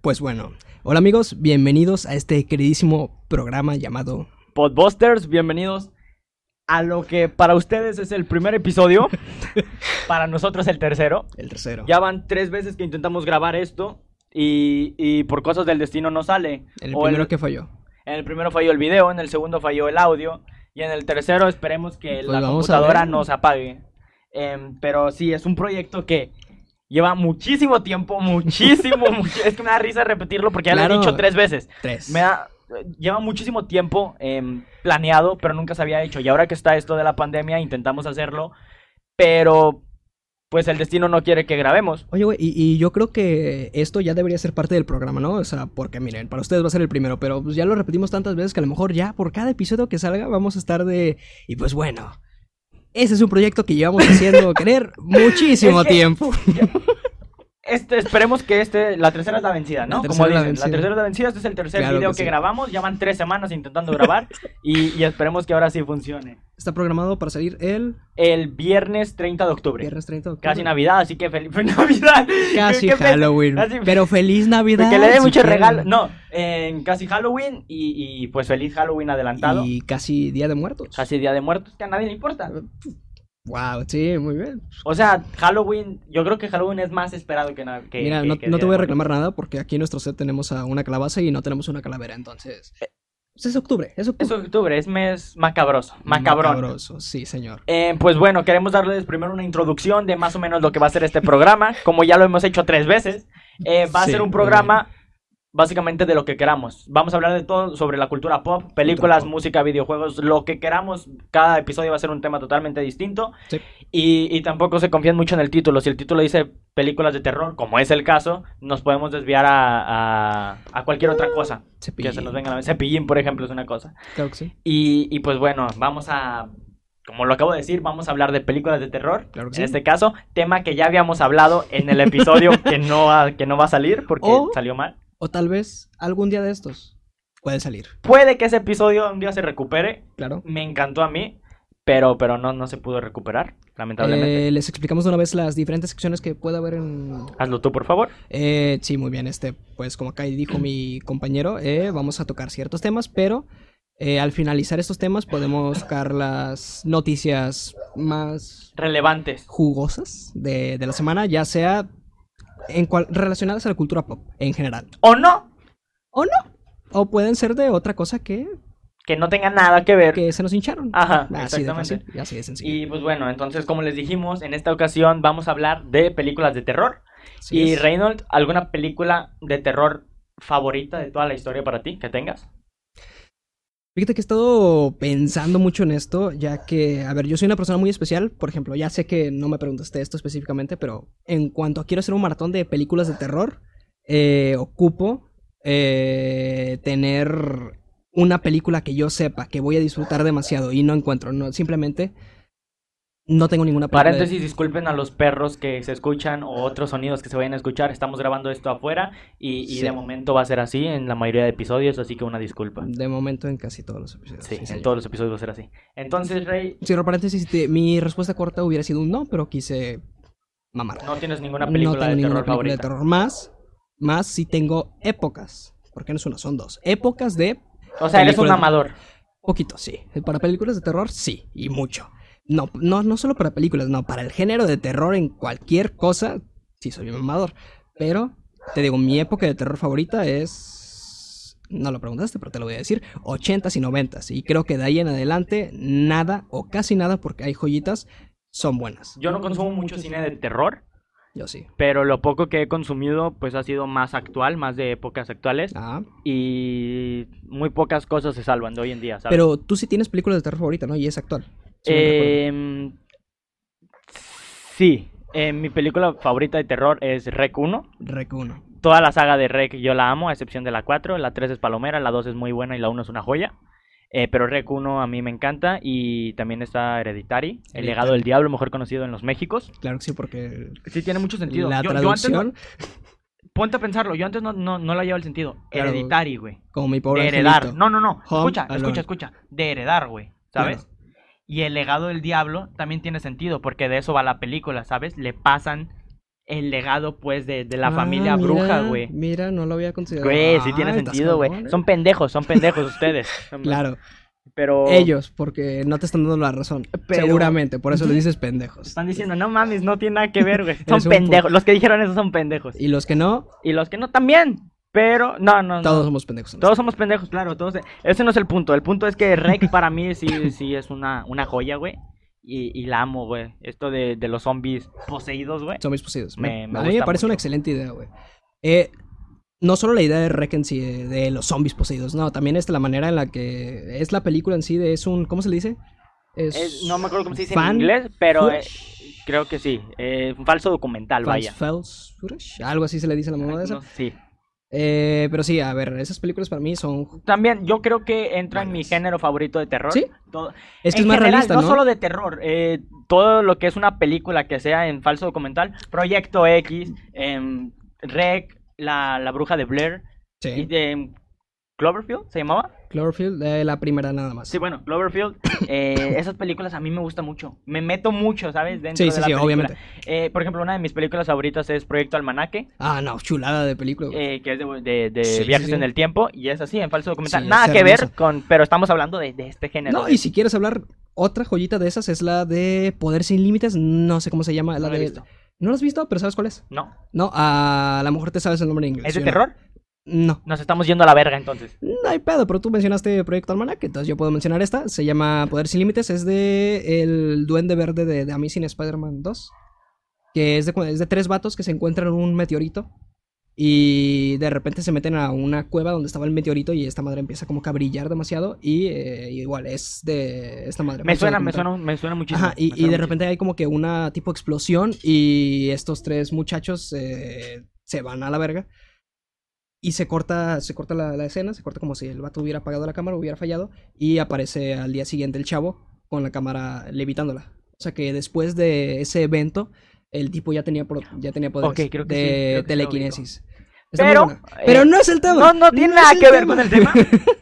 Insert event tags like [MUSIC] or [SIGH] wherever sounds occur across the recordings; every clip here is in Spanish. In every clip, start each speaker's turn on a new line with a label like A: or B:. A: Pues bueno, hola amigos, bienvenidos a este queridísimo programa llamado
B: Podbusters, bienvenidos a lo que para ustedes es el
A: [LAUGHS]
B: primer episodio, para nosotros el tercero.
A: El Tercero.
B: Ya van tres veces que intentamos grabar esto y, y por cosas del destino no sale.
A: el
B: O
A: primero que falló.
B: En el primero falló el video, en el segundo falló el audio y en el tercero esperemos que
A: Pues
B: la
A: vamos a ver.
B: computadora nos apague. Em, pero sí, es un proyecto que lleva muchísimo
A: [LAUGHS]
B: tiempo, muchísimo, much- es que me da risa repetirlo porque ya lo he
A: Claro.
B: dicho tres veces.
A: Tres.
B: Me da- lleva muchísimo tiempo em, planeado, pero nunca se había hecho. Y ahora que está esto de la pandemia, intentamos hacerlo, pero pues el destino no quiere que grabemos.
A: Oye, güey, y, y yo creo que esto ya debería ser parte del programa, ¿no? O sea, porque miren, para ustedes va a ser el primero, pero pues ya lo repetimos tantas veces que a lo mejor ya por cada episodio que salga vamos a estar de... Y pues bueno, ese es un proyecto que llevamos
B: [LAUGHS]
A: haciendo querer muchísimo
B: Es que-
A: tiempo.
B: Este, esperemos que este, la tercera es la vencida,
A: La
B: ¿no?
A: tercera
B: Como
A: es la
B: dicen, la,
A: vencida.
B: tercera es la vencida, este es el tercer
A: Claro
B: video
A: que
B: que,
A: sí.
B: grabamos, ya van tres semanas intentando grabar y, y esperemos que ahora sí funcione.
A: Está programado para salir el
B: El viernes 30 de octubre,
A: viernes 30 de octubre.
B: casi Navidad, así que feliz [LAUGHS] Navidad.
A: Casi
B: [LAUGHS] ¿Qué- qué fe-
A: Halloween.
B: casi-
A: Pero feliz Navidad.
B: que le dé
A: si
B: muchos
A: quieren.
B: regalos, no, en casi Halloween y, y, pues feliz Halloween adelantado,
A: Y casi Día de Muertos.
B: casi Día de Muertos, que a nadie le importa.
A: Wow, sí, muy bien.
B: O sea, Halloween, yo creo que Halloween es más esperado que nada. Que,
A: Mira,
B: que-
A: no,
B: que
A: no te
B: Día de
A: voy a
B: Muertos.
A: reclamar nada porque aquí en nuestro set tenemos a una calabaza y no tenemos una calavera, entonces.
B: Eh.
A: Pues es octubre, es octubre.
B: Es octubre, es mes macabroso, macabrón.
A: Macabroso, sí, señor.
B: Eh, pues bueno, queremos darles primero una introducción de más o menos lo que va a ser
A: [LAUGHS]
B: este programa, como ya lo hemos hecho tres veces. Eh, va a
A: Sí,
B: ser un
A: muy
B: programa básicamente de lo que queramos. Vamos a hablar de todo sobre la cultura pop, películas,
A: pop.
B: música, videojuegos, lo que queramos. Cada episodio va a ser un tema totalmente distinto.
A: Sí.
B: Y, y tampoco se confían mucho en el título. Si el título dice películas de terror, como es el caso, nos podemos desviar a, a- a cualquier otra cosa que se nos venga a la mente. Cepillín, por ejemplo, es una cosa.
A: Claro que sí.
B: Y, y, pues bueno, vamos a, como lo acabo de decir, vamos a hablar de películas de terror.
A: Claro que
B: en
A: sí.
B: este caso, tema que ya habíamos hablado en
A: [LAUGHS]
B: el episodio que, no va, que no va a salir porque
A: O-
B: salió mal.
A: O tal vez algún día de estos puede salir,
B: Puede que ese episodio un día se recupere.
A: claro.
B: Me encantó a mí, pero, pero no, no se pudo recuperar, lamentablemente.
A: Eh, les explicamos de una vez las diferentes secciones que puede haber en
B: Hazlo tú, por favor.
A: Eh, sí, muy bien. Este, pues como acá dijo mi compañero, eh, vamos a tocar ciertos temas, pero eh, al finalizar estos temas podemos tocar las noticias más
B: Relevantes.
A: jugosas de, de la semana, ya sea en cual- relacionadas a la cultura pop en general.
B: ¿O no?
A: O no. O pueden ser de otra cosa que,
B: Que no tenga nada que ver.
A: que se nos hincharon.
B: Ajá,
A: así de
B: Ah, exactamente.
A: fácil, y así de sencillo.
B: Y pues bueno, entonces como les dijimos, en esta ocasión vamos a hablar de películas de terror.
A: Así
B: ¿Y
A: es.
B: Reynolds, alguna película de terror favorita de toda la historia para ti que tengas?
A: Fíjate que he estado pensando mucho en esto, ya que, a ver, yo soy una persona muy especial, por ejemplo, ya sé que no me preguntaste esto específicamente, pero en cuanto quiero hacer un maratón de películas de terror, eh, ocupo eh, tener una película que yo sepa que voy a disfrutar demasiado y no encuentro, no, simplemente no tengo ninguna película. de-
B: Paréntesis, disculpen a los perros que se escuchan o otros sonidos que se vayan a escuchar. Estamos grabando esto afuera y, y
A: Sí.
B: de momento va a ser así en la mayoría de episodios, así que una disculpa.
A: De momento en casi todos los episodios.
B: Sí, en
A: señor.
B: todos los episodios va a ser así. Entonces, Rey,
A: Cierro paréntesis, te- mi respuesta corta hubiera sido un no, pero quise mamar.
B: no tienes ninguna
A: no
B: película
A: tengo
B: de
A: ninguna
B: terror
A: película
B: favorita.
A: de terror más. Más si tengo épocas. Porque no es una, son dos. Épocas de
B: O sea, eres un
A: Película-
B: amador.
A: poquito, sí. Para películas de terror, sí. Y mucho. No, no, no solo para películas, no. Para el género de terror en cualquier cosa, sí soy un mamador. Pero, te digo, mi época de terror favorita es... No lo preguntaste, pero te lo voy a decir. 80s y 90s. Y creo que de ahí en adelante, nada o casi nada, porque hay joyitas, son buenas.
B: Yo no consumo mucho cine de terror,
A: Yo sí.
B: pero lo poco que he consumido pues ha sido más actual, más de épocas actuales
A: Ah.
B: y muy pocas cosas se salvan de hoy en día, ¿sabes?
A: Pero tú sí tienes películas de terror favorita, ¿no? Y es actual. si mal no recuerdo.
B: Em, sí, eh, mi película favorita de terror es Rec 1.
A: Rec 1.
B: Toda la saga de Rec yo la amo, a excepción de la 4. La 3 es palomera, la 2 es muy buena y la 1 es una joya. Eh, pero Rec 1 a mí me encanta y también está Hereditary, El legado del diablo, mejor conocido en los Méxicos.
A: Claro que sí, porque
B: Sí, tiene mucho sentido.
A: la
B: Yo- yo antes no-
A: traducción,
B: ponte a pensarlo, yo antes no, no, no le hallaba el sentido.
A: Claro.
B: Hereditary, güey.
A: como mi
B: De
A: pobre
B: heredar.
A: angelito.
B: No, no, no.
A: Home
B: escucha,
A: Alone.
B: escucha, escucha. De heredar, güey. ¿Sabes? Y el legado del diablo también tiene sentido, porque de eso va la película, ¿sabes? Le pasan el legado, pues, de, de la
A: Ah,
B: familia
A: mira,
B: bruja, güey.
A: Mira, no lo había considerado.
B: Güey, sí tiene
A: Ay, estás
B: sentido, güey.
A: cabrón, eh.
B: Son pendejos, son pendejos ustedes.
A: [LAUGHS] Claro,
B: Pero
A: ellos, porque no te están dando la razón.
B: Oh. Pero-
A: Seguramente, por eso le dices pendejos.
B: están diciendo, no mames, no tiene nada que ver,
A: [LAUGHS]
B: güey. Son
A: Eres un
B: pendejos. Los que dijeron eso son pendejos.
A: Y los que no,
B: Y los que no también. Pero, no, no, no.
A: todos somos pendejos.
B: Todos somos pendejos, claro, todos. Ese no es el punto. El punto es que Rec para mí sí, sí es una, una joya, güey. Y, y la amo, güey. Esto de, de los zombies poseídos, güey.
A: Son mis posibles.
B: Me- me
A: a mí me
B: gusta
A: parece una
B: mucho.
A: excelente idea, güey. Eh, no solo la idea de Rec en sí, de, de los zombies poseídos, no, también es la manera en la que es la película en sí, de, es un, ¿cómo se le dice? Es,
B: Es- Eh, no me acuerdo cómo se dice
A: fan
B: en inglés, pero eh,
A: footage.
B: creo que sí. Eh, un falso documental,
A: False
B: vaya.
A: Fells Footage, algo así se le dice a la mamá de esa.
B: No, sí.
A: Eh, pero sí, a ver, esas películas para mí son...
B: También yo creo que entra en mi
A: Buenas.
B: género favorito de terror.
A: Sí.
B: Todo-
A: Es que
B: en
A: es más
B: general,
A: realista, ¿no?
B: No solo de terror, eh, todo lo que es una película que sea en falso documental, Proyecto X, em, Rec, la, la bruja de Blair, y
A: Sí,
B: de em, Cloverfield se llamaba.
A: Cloverfield, eh, la primera nada más.
B: Sí, bueno, Cloverfield.
A: [COUGHS]
B: eh, esas películas a mí me gustan mucho. Me meto mucho, ¿sabes? Dentro
A: sí,
B: de
A: sí,
B: la
A: sí,
B: película.
A: obviamente.
B: Eh, por ejemplo, una de mis películas favoritas es Proyecto Almanaque,
A: Ah, no, chulada de película. güey.
B: eh, que es de, de- de
A: Sí, sí,
B: viajes
A: sí.
B: en el tiempo, y es así, en falso documental.
A: Sí,
B: Nada
A: es
B: que ver
A: hermosa.
B: con. Pero estamos hablando de, de este género.
A: No, y si quieres hablar, otra joyita de esas es la de Poder Sin Límites, no sé cómo se llama, la
B: No la he
A: de...
B: visto.
A: ¿No lo has visto? ¿Pero sabes cuál es?
B: No.
A: No, a la mujer te sabes el nombre en inglés.
B: ¿Es de
A: ¿sí o no?
B: terror?
A: No.
B: Nos estamos yendo a la verga entonces.
A: No hay pedo, pero tú mencionaste Proyecto Almanac, entonces yo puedo mencionar esta. Se llama Poder Sin Límites, es de el Duende Verde de, de Amazing Spider-Man 2. Que es de, cu- es de tres vatos que se encuentran un meteorito. Y de repente se meten a una cueva donde estaba el meteorito y esta madre empieza como que a brillar demasiado. Y eh, igual, es de esta madre.
B: Me
A: falso
B: suena, me
A: documental.
B: suena, me suena muchísimo.
A: Ajá, y,
B: me
A: y
B: suena
A: de
B: muchísimo.
A: repente hay como que una tipo explosión y estos tres muchachos eh, se van a la verga. Y se corta, se corta la, la escena, se corta como si el vato hubiera apagado la cámara, hubiera fallado. Y aparece al día siguiente el chavo con la cámara levitándola. O sea que después de ese evento, el tipo ya tenía, pro- ya tenía poderes
B: Ok, creo que
A: de
B: sí, creo que sí lo ubico.
A: telequinesis. Está muy
B: Pero,
A: buena. Pero
B: eh,
A: no es el tema.
B: no, no
A: es
B: tiene nada
A: el
B: que ver con el
A: [LAUGHS]
B: tema.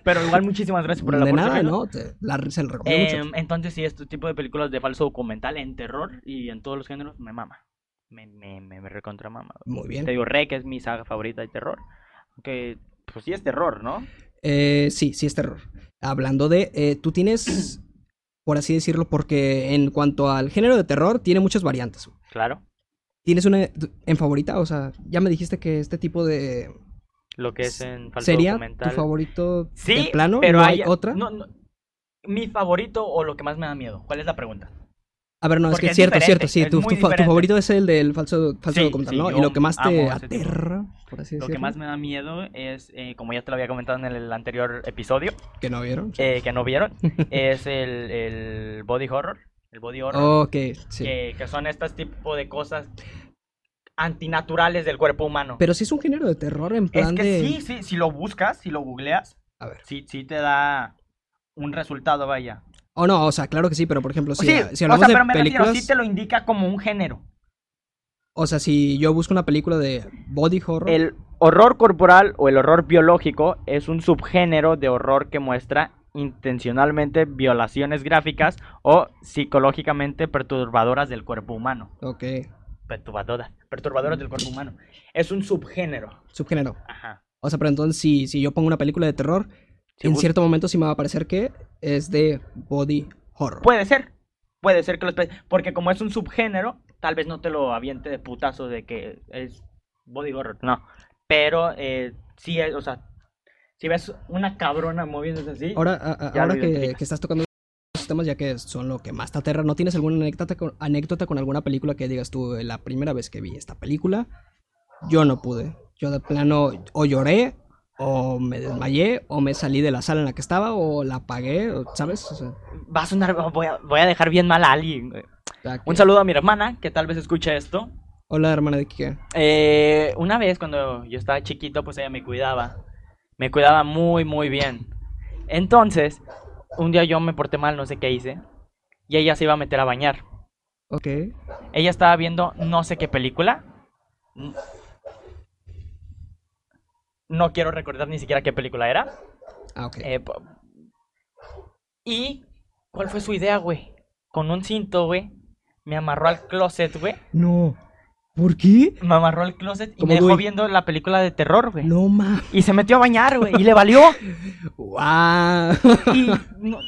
B: Pero igual, muchísimas gracias por la
A: de nada,
B: oportunidad.
A: ¿no? Te- la- se lo recomiendo
B: Eh,
A: mucho.
B: entonces, sí, este tipo de películas de falso documental en terror y en todos los géneros me mama. Me, me, me, me recontra mama.
A: Muy
B: Te
A: bien.
B: digo, Rec es mi saga favorita de terror. Que, pues sí es terror, ¿no?
A: Eh, sí, sí es terror. Hablando de, eh, tú tienes, por así decirlo, porque en cuanto al género de terror, tiene muchas variantes.
B: Claro.
A: ¿Tienes una en favorita? O sea, ya me dijiste que este tipo de
B: Lo que es en falso
A: sería
B: documental.
A: tu favorito
B: Sí,
A: de plano,
B: pero
A: ¿No
B: hay,
A: hay otra.
B: no, no. mi favorito o lo que más me da miedo. ¿Cuál es la pregunta?
A: A ver, no, es que
B: porque
A: es
B: es
A: cierto,
B: diferente,
A: cierto, sí,
B: es
A: tu,
B: muy
A: tu fa- tu
B: diferente.
A: favorito es el del falso, falso
B: Sí,
A: documental,
B: sí,
A: ¿no? Y
B: yo
A: lo que más te
B: amo ese tipo.
A: aterra, por así
B: Lo
A: decirlo.
B: que más me da miedo es, eh, como ya te lo había comentado en el anterior episodio,
A: que no vieron.
B: eh, que
A: [LAUGHS]
B: no vieron, es el, el body horror. El body horror.
A: Ok, Oh, sí.
B: que, que son estos tipo de cosas antinaturales del cuerpo humano.
A: Pero sí es un género de terror en
B: es
A: plan
B: que
A: de.
B: sí, sí, si lo buscas, si lo googleas,
A: A ver.
B: sí, sí te da un resultado, vaya.
A: O no, o sea, claro que sí, pero por ejemplo, si,
B: sí,
A: si hablamos
B: o sea, pero
A: de
B: me
A: películas.
B: refiero, sí te lo indica como un género.
A: O sea, si yo busco una película de body horror.
B: El horror corporal o el horror biológico es un subgénero de horror que muestra intencionalmente violaciones gráficas o psicológicamente perturbadoras del cuerpo humano.
A: Ok.
B: Perturbadoras, perturbadoras del cuerpo humano. Es un subgénero.
A: Subgénero.
B: Ajá.
A: O sea, pero entonces si, si yo pongo una película de terror,
B: Sí,
A: en
B: bus-
A: cierto momento sí me va a parecer que es de body horror.
B: Puede ser. Puede ser que los pe- Porque como es un subgénero, tal vez no te lo aviente de putazo de que es body horror. No. Pero eh, sí es, o sea, si ves una cabrona moviéndose así.
A: ahora a- a-
B: Ya lo
A: ahora que,
B: identificas.
A: que estás tocando esos temas, ya que son lo que más te aterra, ¿no tienes alguna anécdota con, anécdota con alguna película que digas tú, "Eh, la primera vez que vi esta película, yo no pude. Yo de plano o lloré, o me desmayé, o me salí de la sala en la que estaba, o la apagué, o- ¿sabes? O sea,
B: Va a sonar, [LAUGHS] voy a, voy a dejar bien mal a alguien. güey.
A: ya que-
B: Un saludo a mi hermana, que tal vez escucha esto.
A: Hola, hermana de Kike.
B: Eh, una vez cuando yo estaba chiquito, pues ella me cuidaba. Me cuidaba muy, muy bien. Entonces, un día yo me porté mal, no sé qué hice. Y ella se iba a meter a bañar.
A: Ok.
B: Ella estaba viendo no sé qué película. N- No quiero recordar ni siquiera qué película era.
A: Ah, ok.
B: Eh, po- y ¿cuál fue su idea, güey? Con un cinto, güey, me amarró al closet, güey,
A: No. ¿Por qué?
B: Me amarró el closet y
A: Como
B: me dejó
A: Dewey.
B: viendo la película de terror, güey.
A: No mames.
B: Y se metió a bañar, güey. Y le valió.
A: ¡Wow!
B: Y no-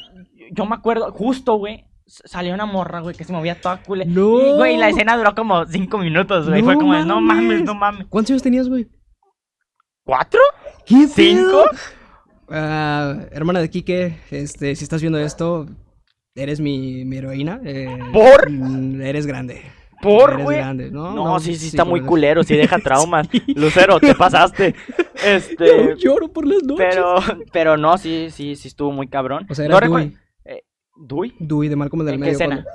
B: yo me acuerdo, justo, güey. s- Salió una morra, güey, que se movía toda culé.
A: No.
B: Y, güey, la escena duró como cinco minutos, güey.
A: No
B: Fue como, de, no mames,
A: mames.
B: no mames.
A: [LAUGHS] ¿Cuántos años tenías, güey?
B: ¿Cuatro?
A: ¿Qué pedo?
B: ¿Cinco?
A: Ah, hermana de Quique, este, si estás viendo esto, eres mi, mi heroína. eh,
B: ¿Por?
A: mm, Eres grande.
B: ¿Por,
A: Eres
B: güey?
A: grande. No,
B: No,
A: no,
B: sí, sí, está muy
A: por
B: culero,
A: [LAUGHS]
B: sí deja traumas. Lucero, te pasaste.
A: Dios. [LAUGHS] Yo
B: Este.
A: lloro por las noches.
B: Pero, [LAUGHS] pero no, sí, sí, sí estuvo muy cabrón.
A: O sea,
B: no
A: era
B: recu-
A: Dewey,
B: ¿Dewey?
A: Dewey de Malcolm del
B: ¿En qué
A: medio.
B: escena?
A: cuando-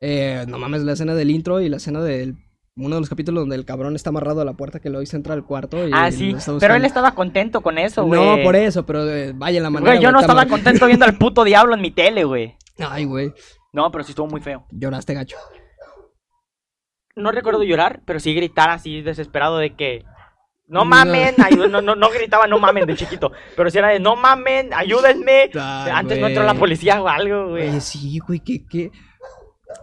A: Eh, no mames, la escena del intro y la escena del uno de los capítulos donde el cabrón está amarrado a la puerta que lo hizo entrar al cuarto y
B: Ah, sí.
A: lo está
B: Pero él
A: buscando.
B: estaba contento con eso, güey.
A: No, por eso, pero eh, vaya la manera.
B: Güey, yo
A: güey,
B: no
A: está
B: estaba
A: mal.
B: contento
A: [LAUGHS]
B: viendo al puto diablo en mi tele, güey.
A: Ay, güey,
B: No, pero sí estuvo muy feo.
A: lloraste gacho.
B: No recuerdo llorar, pero sí gritar así desesperado de que. No
A: No.
B: mamen, ayu- no, no, no gritaba no mamen de chiquito, pero sí era de no mamen, ayúdenme.
A: Ay,
B: Antes no
A: güey.
B: entró la policía o algo, güey.
A: Oye, sí, güey, que, que...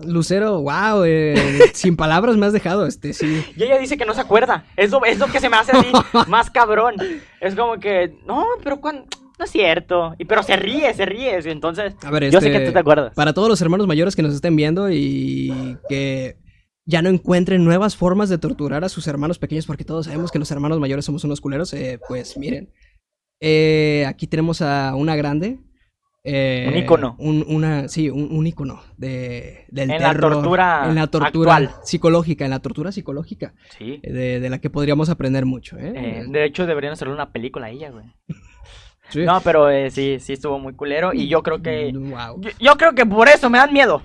A: Lucero, wow, eh, sin palabras me has dejado, este, sí.
B: Y ella dice que no se acuerda. Es lo, es lo que se me
A: [LAUGHS]
B: hace así más cabrón. Es como que, no, pero cuando... No es cierto. Y, pero se ríe, se ríe. Entonces,
A: A ver,
B: yo sé
A: este,
B: que tú te acuerdas.
A: Para todos los hermanos mayores que nos estén viendo y que ya no encuentren nuevas formas de torturar a sus hermanos pequeños, porque todos sabemos que los hermanos mayores somos unos culeros, eh, pues miren. Eh, aquí tenemos a una grande. eh,
B: Un ícono.
A: un- una, sí, un, un ícono de, del
B: En la
A: terror,
B: tortura
A: En la tortura
B: actual.
A: psicológica, en la tortura psicológica,
B: Sí.
A: eh, de, de la que podríamos aprender mucho. ¿eh?
B: Eh, de hecho, deberían hacerle una película a ella, güey.
A: Sí. Mm,
B: No, pero eh, sí, sí estuvo muy culero. Y yo creo que...
A: Wow.
B: Yo, yo creo que por eso me dan miedo.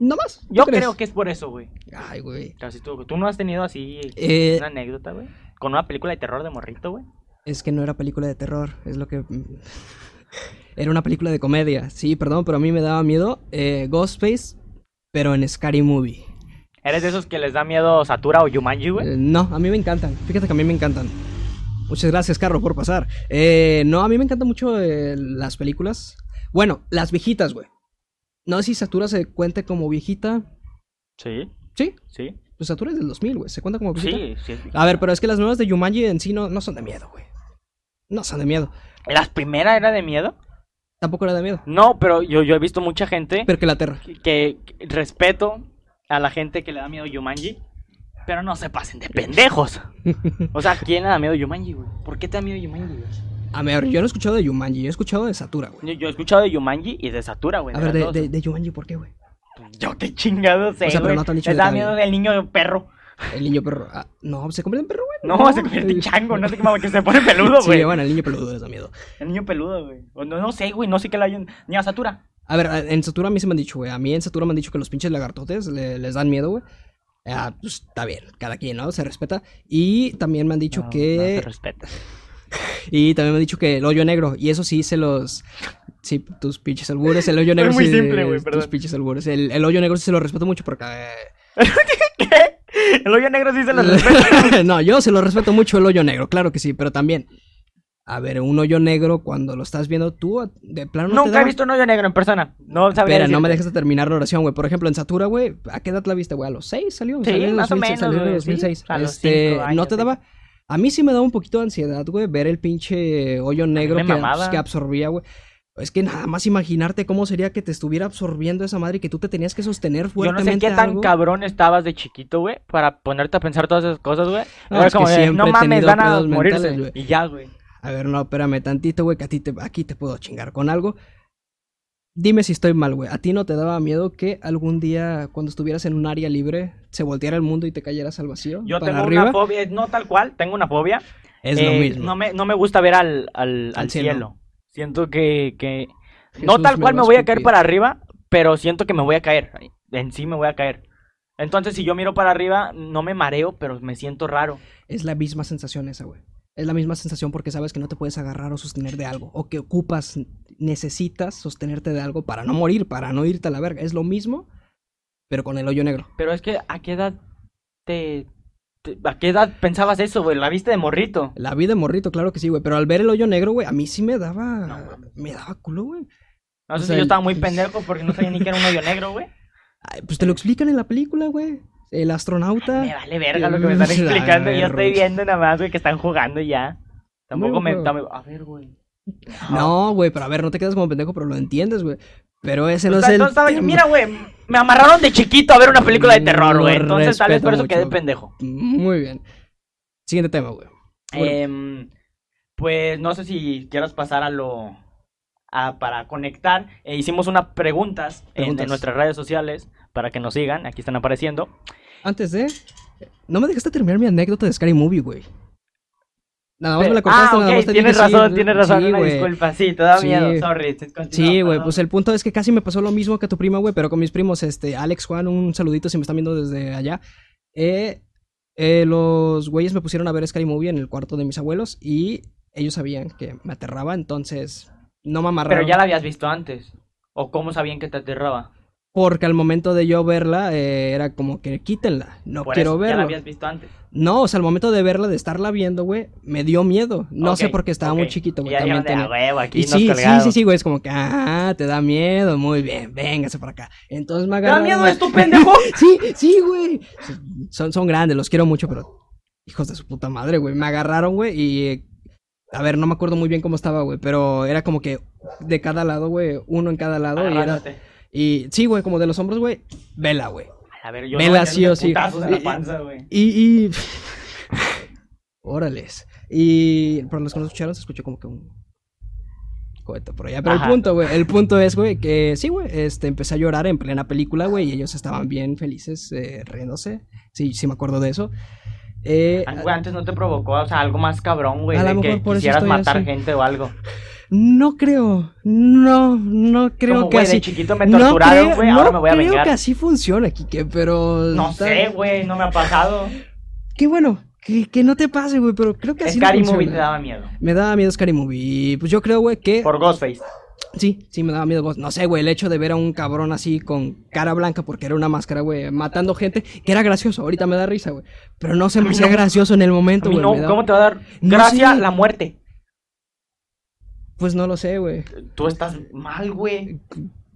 A: No más.
B: Yo
A: ¿tú crees?
B: creo que es por eso, güey.
A: Ay, güey.
B: Casi tú, tú no has tenido así
A: Eh,
B: una anécdota, güey. Con una película de terror de morrito, güey.
A: Es que no era película de terror, es lo que... mm, [LAUGHS] Era una película de comedia, sí, perdón, pero a mí me daba miedo eh, Ghostface, pero en Scary Movie.
B: ¿Eres de esos que les da miedo Satura o Yumanji, güey?
A: Eh, no, a mí me encantan, fíjate que a mí me encantan. Muchas gracias, Carlos, por pasar. Eh, no, a mí me encantan mucho eh, las películas. Bueno, las viejitas, güey. No sé si Satura se cuenta como viejita.
B: Sí,
A: Sí,
B: sí.
A: pues Satura es del 2000, güey, se cuenta como viejita.
B: Sí, sí. es-
A: A ver, pero es que las nuevas de Yumanji en sí no, no son de miedo, güey. No son de miedo.
B: ¿Las primeras era de miedo?
A: Tampoco era de miedo.
B: No, pero yo, yo he visto mucha gente
A: Pero que la terra.
B: que, que respeto a la gente que le da miedo Yumanji, pero no se pasen de pendejos. O sea, ¿quién le da miedo Yumanji, güey? ¿Por qué te da miedo Yumanji, güey?
A: A ver, yo no he escuchado de Yumanji, yo he escuchado de Satura, güey.
B: Yo, yo he escuchado de Yumanji y de Satura, güey.
A: A
B: de
A: ver,
B: las
A: de,
B: dos.
A: de, de Yumanji, ¿por qué, güey?
B: Yo qué chingado sé,
A: O sea, pero
B: güey.
A: no te han dicho
B: Les
A: de
B: da
A: cada
B: miedo
A: uno.
B: del niño perro.
A: El niño perro. ah, no, se convierte en perro, güey.
B: No, se convierte en chango, no sé qué más, que se pone
A: [LAUGHS]
B: peludo,
A: Sí,
B: güey.
A: bueno, el niño peludo les da miedo.
B: El niño peludo, güey. O No, no sé, güey, no sé qué le hayan... Ni a Satura.
A: A ver, a- en Satura a mí se me han dicho, güey. A mí en Satura me han dicho que los pinches lagartotes le- les dan miedo, güey. Ah, pues está bien, cada quien, ¿no? Se respeta. Y también me han dicho
B: No, no
A: que.
B: se respeta. [LAUGHS]
A: y también me han dicho que el hoyo negro. Y eso sí se los. Sí, tus pinches albures. El hoyo negro
B: muy
A: sí-
B: simple, güey,
A: Tus
B: perdón.
A: pinches albures. El, el hoyo negro sí se lo respeto mucho porque. eh,
B: El hoyo negro sí
A: [LAUGHS]
B: se lo respeta.
A: no, yo se lo respeto mucho el hoyo negro, claro que sí, pero también. A ver, un hoyo negro cuando lo estás viendo tú, de plano no te
B: Nunca
A: da-
B: he visto un hoyo negro en persona. No sabría
A: Espera, no
B: decirte.
A: me dejes de terminar la oración, güey. Por ejemplo, en Satura, güey, ¿a qué edad la viste, güey? A los 6 salió.
B: Sí,
A: salió en
B: más o
A: 2006,
B: menos,
A: salió en
B: güey,
A: 2006.
B: sí, a los
A: Este,
B: cinco
A: no
B: años,
A: te
B: sí.
A: daba. A mí sí me daba un poquito de ansiedad, güey, ver el pinche hoyo negro
B: me
A: que, pues,
B: mamaba.
A: que absorbía, güey. Es que nada más imaginarte cómo sería que te estuviera absorbiendo esa madre y que tú te tenías que sostener
B: Yo no
A: fuertemente.
B: sé qué tan
A: algo.
B: cabrón estabas de chiquito, güey, para ponerte a pensar todas esas cosas, güey.
A: No,
B: Era
A: es que
B: como de,
A: siempre
B: no
A: he
B: mames,
A: tenido
B: van a
A: pedos
B: morirse.
A: mentales,
B: y ya, güey.
A: A ver, no, espérame tantito, güey, que a ti te, aquí te puedo chingar con algo. Dime si estoy mal, güey. ¿A ti no te daba miedo que algún día, cuando estuvieras en un área libre, se volteara el mundo y te cayeras al vacío?
B: Yo
A: para
B: tengo
A: arriba.
B: una fobia, no tal cual, tengo una fobia.
A: Es
B: Eh,
A: lo mismo.
B: No me, no me gusta ver al, al, al
A: Al cielo.
B: cielo. Siento que, que... no
A: Jesús,
B: tal
A: me
B: cual me
A: vas
B: voy a
A: con
B: caer
A: que-
B: para arriba, pero siento que me voy a caer. En sí me voy a caer. Entonces, si yo miro para arriba, no me mareo, pero me siento raro.
A: Es la misma sensación esa, güey. Es la misma sensación porque sabes que no te puedes agarrar o sostener de algo. O que ocupas, necesitas sostenerte de algo para no morir, para no irte a la verga. Es lo mismo, pero con el hoyo negro.
B: Pero es que, ¿a qué edad te... te- ¿A qué edad pensabas eso, güey? La viste de morrito.
A: La vida de morrito, claro que sí, güey. Pero al ver el hoyo negro, güey, a mí sí me daba.
B: No, mames.
A: me daba culo, güey.
B: No
A: O sea,
B: sé
A: pues,
B: si yo estaba muy
A: el- [LAUGHS]
B: pendejo porque no sabía ni que era un hoyo negro, güey.
A: Ay, pues te lo explican en la película, güey. El astronauta.
B: Me vale verga lo que me
A: [LAUGHS]
B: están
A: La
B: explicando. Yo estoy
A: verrucha.
B: viendo nada más, güey, que están jugando y ya. Tampoco me.
A: Bueno,
B: tampoco- A ver, güey.
A: No, güey, pero a ver, no te quedas como pendejo, pero lo entiendes, güey. Pero ese no
B: Pues
A: es
B: tal-
A: el.
B: entonces, ¿sabes?
A: tema.
B: Mira, güey, me amarraron de chiquito a ver una película de terror,
A: Lo
B: güey. Entonces, tal vez por eso
A: respeto
B: quedé
A: mucho.
B: pendejo.
A: Muy bien. Siguiente tema, güey. Bueno.
B: Em, pues no sé si quieras pasar a lo. a- para conectar. Eh, hicimos unas preguntas, en- En,
A: Preguntas.
B: nuestras redes sociales para que nos sigan. Aquí están apareciendo.
A: Antes de. No me dejaste terminar mi anécdota de Scary Movie, güey. Nada más me la
B: Pero- ah,
A: contaste, nada
B: ok,
A: más te dije
B: tienes
A: sí,
B: razón, tienes razón.
A: sí,
B: una
A: güey.
B: disculpa, sí, te da
A: Sí.
B: miedo. Sorry. continúa,
A: Sí, güey,
B: perdón.
A: pues el punto es que casi me pasó lo mismo que a tu prima, güey, pero con mis primos, este, Alex, Juan, un saludito si me están viendo desde allá. Eh, eh, los güeyes me pusieron a ver Sky Movie en el cuarto de mis abuelos y ellos sabían que me aterraba, entonces no me amarraron.
B: Pero ya la habías visto antes. ¿O cómo sabían que te aterraba?
A: Porque al momento de yo verla eh, era como que quítenla, no
B: Por
A: quiero
B: eso, Ya la
A: verla.
B: habías visto antes.
A: No, o sea, al momento de verla, de estarla viendo, güey, me dio miedo. No sé
B: Ok,
A: por qué estaba
B: ok.
A: muy chiquito, güey.
B: Ya
A: también
B: dijeron de, "Ah,
A: tenía-
B: huevo, aquí
A: Y
B: nos
A: sí, sí,
B: colgaron".
A: sí, sí, güey, es como que, ah, te da miedo, muy bien, véngase por acá. Entonces me
B: ¿Te da
A: agarraron.
B: miedo esto,
A: [LAUGHS]
B: pendejo?
A: Sí, sí, güey. Son, son grandes, los quiero mucho, pero hijos de su puta madre, güey. Me agarraron, güey, y... eh, A ver, no me acuerdo muy bien cómo estaba, güey, pero era como que de cada lado, güey, uno en cada lado, y era...
B: Agárrate.
A: Y sí, güey, como de los hombros, güey, vela, güey.
B: A ver, yo
A: Vela
B: no,
A: sí o sí. [LAUGHS]
B: putazos en la
A: Y-
B: panza, güey.
A: Y... [LAUGHS] y... Órales. Y... Para los que no escucharon, se escuchó como que un... Cohete por allá. Pero
B: Ajá.
A: el punto, güey. El punto es, güey, que sí, güey. Este, empecé a llorar en plena película, güey. Y ellos estaban bien felices, eh, riéndose. Sí, sí me acuerdo de eso. Eh,
B: Ah, güey, Antes no te provocó, o sea, algo más cabrón, güey,
A: A
B: de
A: lo
B: que
A: mejor por eso
B: quisieras
A: estoy
B: matar
A: así.
B: gente o algo.
A: no creo. No, no creo
B: Como,
A: que
B: güey, de
A: así...
B: chiquito me torturaron,
A: creo-
B: güey, ahora
A: no
B: me voy a
A: creo
B: vengar.
A: que así funciona, Kike, pero...
B: No
A: está-
B: sé, güey, no me
A: [LAUGHS]
B: ha pasado.
A: Qué bueno, que, que no te pase, güey, pero creo que así no
B: Scary Movie
A: funciona.
B: te daba miedo.
A: Me daba miedo Scary Movie. Y pues yo creo, güey, que...
B: Por Ghostface.
A: Sí, sí, me daba miedo. Ghost. No sé, güey, el hecho de ver a un cabrón así con cara blanca, porque era una máscara, güey, matando gente, que era gracioso. Ahorita me da risa, güey. Pero no se me hacía gracioso en el
B: A
A: momento,
B: mí
A: güey.
B: no,
A: me daba-
B: ¿cómo te va a dar
A: No
B: gracia
A: sé.
B: la muerte?
A: Pues no lo sé, güey.
B: Tú estás mal, güey.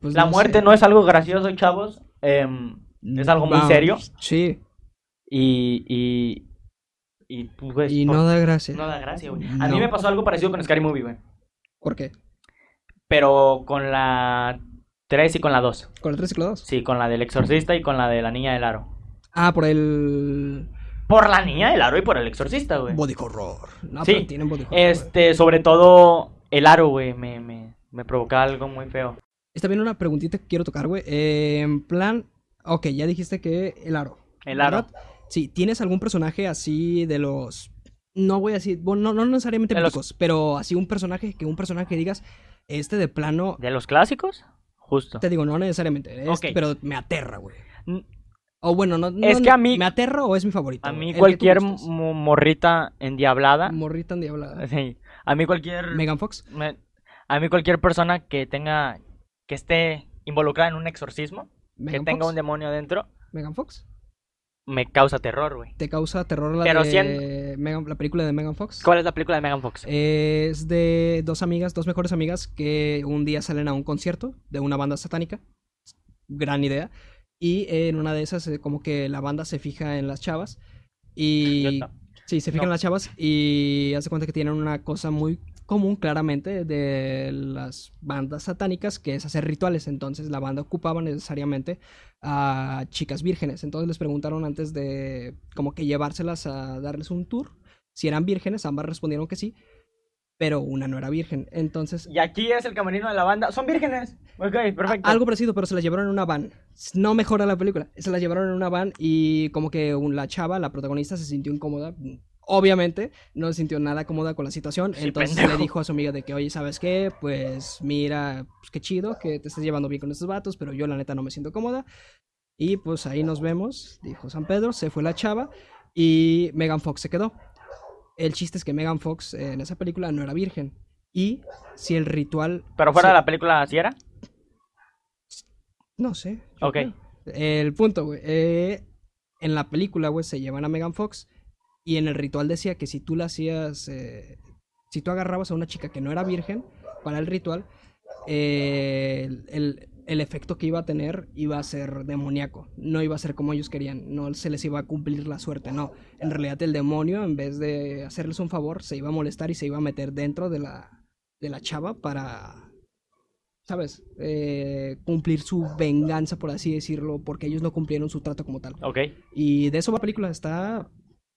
A: Pues
B: La muerte no es algo gracioso, chavos. Em,
A: sé.
B: es algo muy
A: Vamos,
B: serio.
A: Sí,
B: Y. Y. Y, pues, güey,
A: y
B: por-
A: no da gracia.
B: no da gracia, güey. A
A: No.
B: mí me pasó algo parecido con Scary Movie, güey.
A: ¿Por qué?
B: Pero con la 3 y con la 2.
A: ¿Con el 3 y con la 2?
B: Sí, con la del exorcista y con la de la niña del aro.
A: Ah, por el.
B: Por la niña del aro y por el exorcista, güey.
A: Body horror. No,
B: Sí,
A: pero tienen body horror. güey.
B: Este, sobre todo el aro, güey, me, me, me provocaba algo muy feo.
A: Está bien una preguntita que quiero tocar, güey. Eh, en plan, ok, ya dijiste que el aro.
B: El aro.
A: ¿verdad? Sí, ¿tienes algún personaje así de los... No voy a decir, bueno, no, no necesariamente
B: De los-
A: míticos, pero así un personaje, que un personaje que digas, este de plano,
B: ¿De los clásicos? Justo.
A: te digo, no necesariamente, este,
B: Ok.
A: pero me aterra, güey.
B: N-
A: O bueno, no, no-
B: Es que a mí-
A: ¿Me aterra o es mi favorito?
B: A
A: güey?
B: mí
A: El que tú
B: cualquier
A: gustes.
B: mo- morrita endiablada.
A: Morrita endiablada.
B: Sí. A mí cualquier.
A: Megan Fox.
B: me- a mí cualquier persona que tenga. que esté involucrada en un exorcismo. Que
A: Megan
B: tenga
A: Fox.
B: un demonio dentro.
A: Megan Fox.
B: Me causa terror, güey.
A: ¿Te causa terror la,
B: Pero
A: de... Megan- la película de Megan Fox?
B: ¿Cuál es la película de Megan Fox?
A: Eh, Es de dos amigas, dos mejores amigas que un día salen a un concierto de una banda satánica. Gran idea. Y eh, en una de esas, eh, como que la banda se fija en las chavas. Y.
B: Idiota.
A: Sí, se fijan
B: No.
A: las chavas y hace cuenta que tienen una cosa muy común, claramente, de las bandas satánicas, que es hacer rituales. Entonces, la banda ocupaba necesariamente a chicas vírgenes. Entonces, les preguntaron antes de, como que llevárselas a darles un tour, si eran vírgenes. Ambas respondieron que sí, pero una no era virgen. Entonces,
B: Y aquí es el camerino de la banda. Son vírgenes. Ok, perfecto.
A: algo parecido, pero se la llevaron en una van. No mejora la película. Se la llevaron en una van y como que un- la chava, la protagonista, se sintió incómoda. Obviamente, no se sintió nada cómoda con la situación.
B: Sí,
A: entonces
B: pendejo.
A: le dijo a su amiga de que, oye, ¿sabes qué? Pues mira, pues qué chido que te estés llevando bien con estos vatos, pero yo la neta no me siento cómoda. Y pues ahí nos vemos, dijo San Pedro. Se fue la chava y Megan Fox se quedó. El chiste es que Megan Fox eh, en esa película no era virgen. Y si el ritual...
B: Pero fuera
A: se-
B: de la película, ¿así era?
A: no sé. yo
B: Ok.
A: creo. El punto, güey. eh, en la película, güey, se llevan a Megan Fox y en el ritual decía que si tú la hacías, eh, si tú agarrabas a una chica que no era virgen para el ritual, eh, el- el- el efecto que iba a tener iba a ser demoníaco. No iba a ser como ellos querían. No se les iba a cumplir la suerte, no. En realidad el demonio, en vez de hacerles un favor, se iba a molestar y se iba a meter dentro de la, de la chava para, ¿sabes? Eh, cumplir su venganza, por así decirlo, porque ellos no cumplieron su trato como tal.
B: Ok.
A: Y de eso va la película. Está,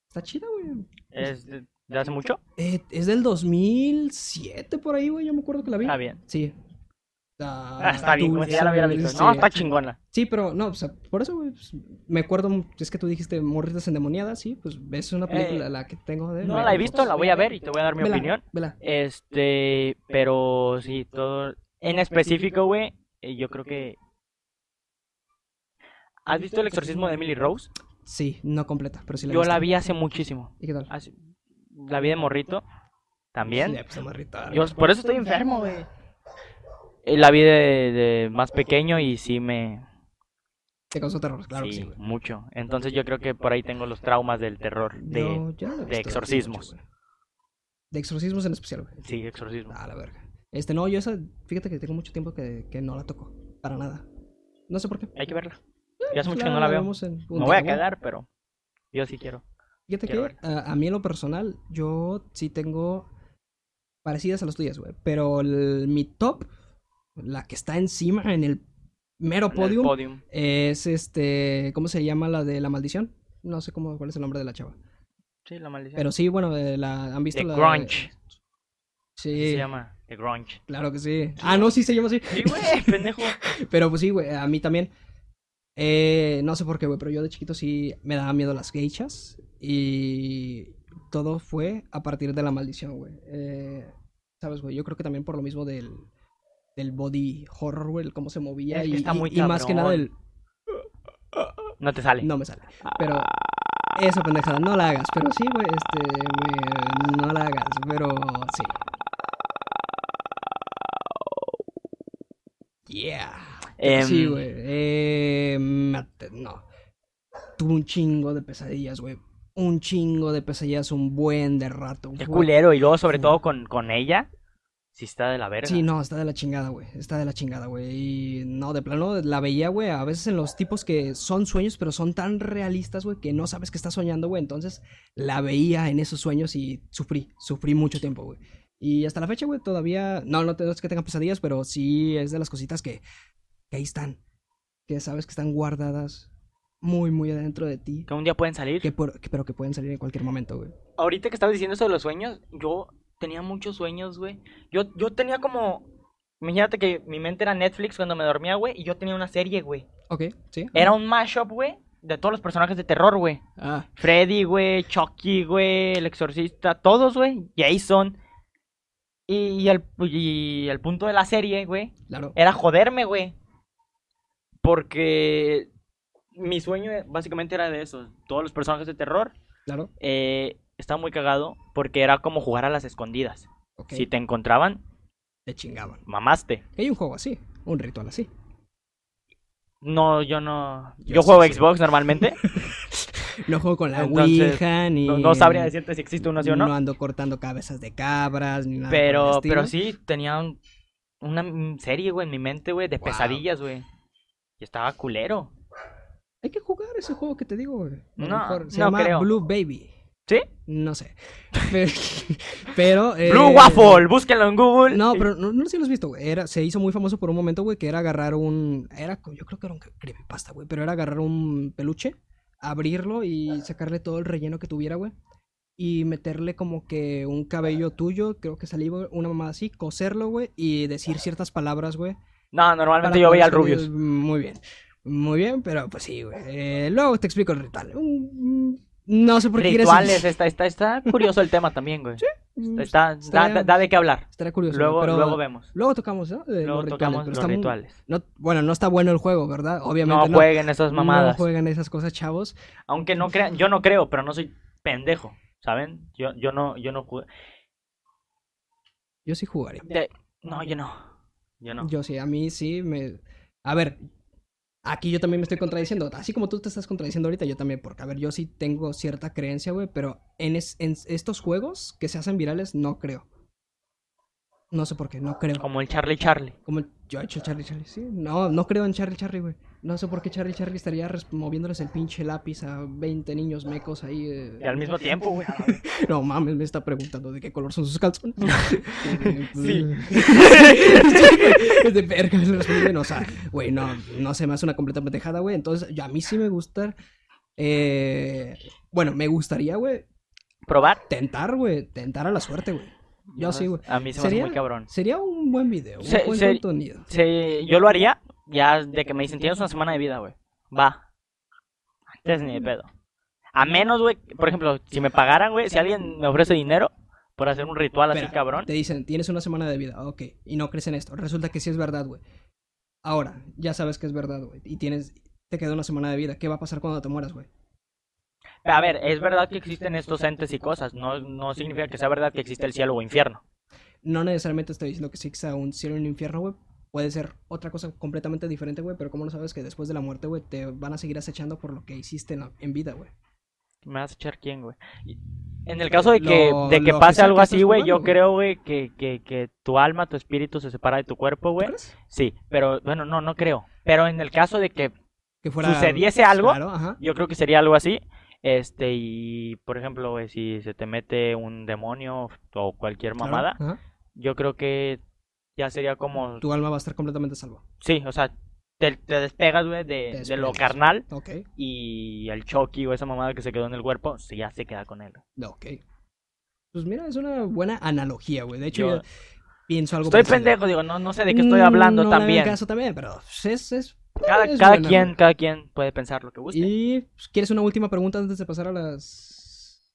A: está chida, güey.
B: ¿Es de, de hace mucho?
A: Eh, es del 2007 por ahí, güey. Yo me acuerdo que la vi.
B: Está bien.
A: Sí.
B: Ah, está bien, como si ya la hubiera visto. No, está chingona.
A: Sí, pero no, o sea, por eso, güey, pues, me acuerdo, es que tú dijiste Morritas endemoniadas, sí, pues es una película
B: Eh,
A: la que tengo de...
B: No la he visto, la voy a ver y te voy a dar mi
A: Vela,
B: opinión.
A: vela.
B: Este, pero sí, todo. En específico, güey, eh, yo creo que. ¿Has visto el exorcismo de Emily Rose?
A: Sí, no completa, pero sí la he
B: Yo
A: visto.
B: la vi hace muchísimo.
A: ¿Y qué tal?
B: hace- La vi de morrito. También.
A: Sí, pues, está morrita.
B: Yo, por eso estoy enfermo, güey. Eh, La vi de, de más pequeño y sí me.
A: Te causó terror, claro que
B: sí,
A: sí, güey.
B: mucho. Entonces yo creo que por ahí tengo los traumas del terror. De,
A: Yo ya la he
B: de
A: visto, sí,
B: exorcismos.
A: mucho, güey. De exorcismos en especial, güey.
B: Sí, exorcismo.
A: Ah, la verga. Este, no, yo esa, fíjate que tengo mucho tiempo que, que no la toco, para nada. No sé por qué.
B: Hay que verla. Ya hace
A: Pues
B: mucho que no la veo.
A: vemos en-
B: Me voy a
A: Bueno,
B: quedar, pero yo sí quiero.
A: Fíjate
B: Quiero
A: que eh, a, a mí en lo personal, yo sí tengo parecidas a las tuyas, güey. Pero el- mi top, la que está encima en el mero
B: En el
A: podium,
B: podium.
A: es este, ¿cómo se llama la de la maldición? No sé cómo, cuál es el nombre de la chava.
B: Sí, la maldición.
A: Pero sí, bueno, de la, han visto
B: The
A: la...
B: Grunge.
A: Sí,
B: Se llama The Grunge.
A: claro que sí. Ah, no, sí se llama así.
B: Sí, güey, pendejo.
A: Pero pues sí, güey, a mí también. Eh, no sé por qué, güey, pero yo de chiquito sí me daba miedo las geichas. Y todo fue a partir de la maldición, güey. Eh, ¿Sabes, güey? Yo creo que también por lo mismo del, del body horror, güey, el cómo se movía.
B: Es que
A: y,
B: está
A: y-
B: muy
A: y más que nada el.
B: cabrón. No te sale.
A: No me sale. Pero.
B: Ah.
A: Esa pendejada, no la hagas. Pero sí, güey, este. me- no la hagas, pero sí. Yeah.
B: Em,
A: Sí, güey. Eh, mate- no. Tuve un chingo de pesadillas, güey. Un chingo de pesadillas, un buen de rato.
B: Qué
A: Fue-
B: culero. Y luego, sobre
A: Sí.
B: todo con, con ella. Si está de la verga.
A: Sí, no, está de la chingada, güey. Está de la chingada, güey. Y no, de plano, la veía, güey, a veces en los tipos que son sueños, pero son tan realistas, güey, que no sabes que estás soñando, güey. Entonces, la veía en esos sueños y sufrí, sufrí mucho tiempo, güey. Y hasta la fecha, güey, todavía, no, no, te- no es que tenga pesadillas, pero sí es de las cositas que, que ahí están. Que sabes que están guardadas muy, muy adentro de ti.
B: Que un día pueden salir.
A: Que por- que- pero que pueden salir en cualquier momento, güey.
B: Ahorita que estabas diciendo eso de los sueños, yo tenía muchos sueños, güey. Yo, yo tenía como. Imagínate que mi mente era Netflix cuando me dormía, güey. Y yo tenía una serie, güey.
A: Ok, sí.
B: Era un mashup, güey. De todos los personajes de terror, güey.
A: Ah,
B: Freddy, güey, Chucky, güey, el exorcista, todos, güey, Jason. Y, y el, y el punto de la serie, güey,
A: claro.
B: era joderme, güey. Porque mi sueño eh, básicamente era de eso. Todos los personajes de terror.
A: Claro.
B: Eh, estaba muy cagado porque era como jugar a las escondidas.
A: Ok.
B: Si te encontraban,
A: Te chingaban.
B: mamaste.
A: Hay un juego así, un ritual así.
B: No, yo no. Yo,
A: Yo sí,
B: juego
A: sí. [LAUGHS]
B: Xbox normalmente.
A: No juego con la
B: Entonces,
A: Ouija, ni.
B: No, no sabría decirte si existe uno sí o no.
A: No ando cortando cabezas de cabras, ni nada. por el
B: Pero, pero
A: estilo.
B: sí, tenía un- una m- serie, güey, en mi mente, güey, de
A: Guau.
B: pesadillas, güey. Y estaba culero.
A: Hay que jugar ese juego que te digo, güey. A lo
B: No,
A: mejor. Se
B: no
A: llama
B: creo.
A: Blue Baby.
B: ¿Sí?
A: No sé. [LAUGHS] Pero. pero, eh,
B: Blue Waffle, búsquenlo en Google.
A: No, pero no, no sé si lo has visto, güey. Era, se hizo muy famoso por un momento, güey, que era agarrar un. Era, yo creo que era un creepypasta, güey. Pero era agarrar un peluche, abrirlo y sacarle todo el relleno que tuviera, güey. Y meterle como que un cabello tuyo, creo que salía una mamada así, coserlo, güey, y decir ciertas palabras, güey.
B: No, normalmente
A: Para
B: yo veía al
A: poder salir-
B: Rubius.
A: Muy bien. Muy bien, pero pues sí, güey. Eh, luego te explico el ritual. Mm, No sé por qué quieres-
B: Rituales, está,
A: [LAUGHS]
B: está, está curioso el tema también, güey.
A: Mm,
B: Está, da,
A: estaría-
B: da- da de qué hablar.
A: Estará curioso.
B: Luego,
A: güey, pero
B: luego vemos.
A: Luego tocamos, ¿no? Eh,
B: Luego
A: los rituales,
B: tocamos
A: pero
B: los
A: está muy-
B: rituales.
A: no- bueno, no está bueno el juego, ¿verdad?
B: No
A: Obviamente no.
B: jueguen esas
A: No
B: mamadas.
A: juegan esas cosas, chavos.
B: Aunque no crean, yo no creo, pero no soy pendejo, ¿saben? Yo, yo no, yo no jugué.
A: Yo sí jugaría.
B: Te- No, yo no. Yo no.
A: Yo sí, a mí sí me... A ver, aquí yo también me estoy contradiciendo. Así como tú te estás contradiciendo ahorita, yo también. Porque, a ver, yo sí tengo cierta creencia, güey. Pero en, es- en estos juegos que se hacen virales, no creo. No sé por qué, no creo.
B: Como el Charlie Charlie.
A: Como el- yo he hecho Charlie Charlie, sí. No, no creo en Charlie Charlie, güey. No sé por qué Charlie Charlie estaría res- moviéndoles el pinche lápiz a 20 niños mecos ahí. eh.
B: Y al mismo tiempo, güey.
A: [LAUGHS] No mames, me está preguntando de qué color son sus
B: [LAUGHS]
A: calzones.
B: Sí.
A: es de verga, le respondí, bueno, o sea, güey, no, no se me hace una completa pendejada, güey. Entonces, yo- a mí sí me gusta. eh, bueno, me gustaría, güey,
B: ¿Probar?
A: tentar, güey, tentar a la suerte, güey. Yo sí, güey.
B: A mí se me hace muy cabrón.
A: Sería un buen video, un
B: Se-
A: buen
B: se-
A: contenido.
B: Sí, yo lo haría ya de que me dicen, tienes una semana de vida, güey. Va. Antes ni de pedo. A menos, güey, por ejemplo, si me pagaran, güey, si alguien me ofrece dinero por hacer un ritual así,
A: Espera,
B: cabrón.
A: Te dicen, tienes una semana de vida, ok, y no crees en esto. Resulta que sí es verdad, güey. Ahora, ya sabes que es verdad, güey. Y tienes, te queda una semana de vida. ¿Qué va a pasar cuando te mueras, güey?
B: A ver, es verdad que existen estos entes y cosas. No, no significa que sea verdad que existe el cielo o infierno.
A: No necesariamente estoy diciendo que sí sea un cielo y un infierno, güey. Puede ser otra cosa completamente diferente, güey. Pero ¿cómo no sabes que después de la muerte, güey, te van a seguir acechando por lo que hiciste en, la- en vida, güey?
B: ¿Me vas a echar quién, güey? Y- En el caso de que,
A: Lo-
B: de que
A: lo
B: pase
A: oficial
B: algo
A: que
B: así,
A: estás
B: güey, yo
A: jugando, güey.
B: creo, güey, que, que, que tu alma, tu espíritu se separa de tu cuerpo,
A: ¿Tú
B: güey.
A: crees?
B: Sí, pero bueno, no, no creo. Pero en el caso de que
A: Que fuera...
B: ¿Sucediese algo?
A: Claro, ajá.
B: Yo creo que sería algo así. Este, y por ejemplo, güey, si se te mete un demonio o cualquier
A: claro,
B: mamada,
A: ajá.
B: yo creo que ya sería como.
A: Tu alma va a estar completamente salva.
B: Sí, o sea, te, te despegas, güey, de, de lo
A: despegas.
B: carnal
A: Ok,
B: y el choque o esa mamada que se quedó en el cuerpo, sí, ya se queda con él.
A: ok. Pues mira, es una buena analogía, güey. De hecho,
B: Yo-
A: yo pienso algo
B: Estoy
A: parecido.
B: pendejo, digo, no, no sé de qué estoy hablando
A: Mm, no le hagan
B: también.
A: caso también, pero pues, es, es-
B: Cada,
A: es
B: cada
A: buena,
B: quien,
A: güey.
B: cada quien puede pensar lo que guste.
A: Y pues, quieres una última pregunta antes de pasar a las.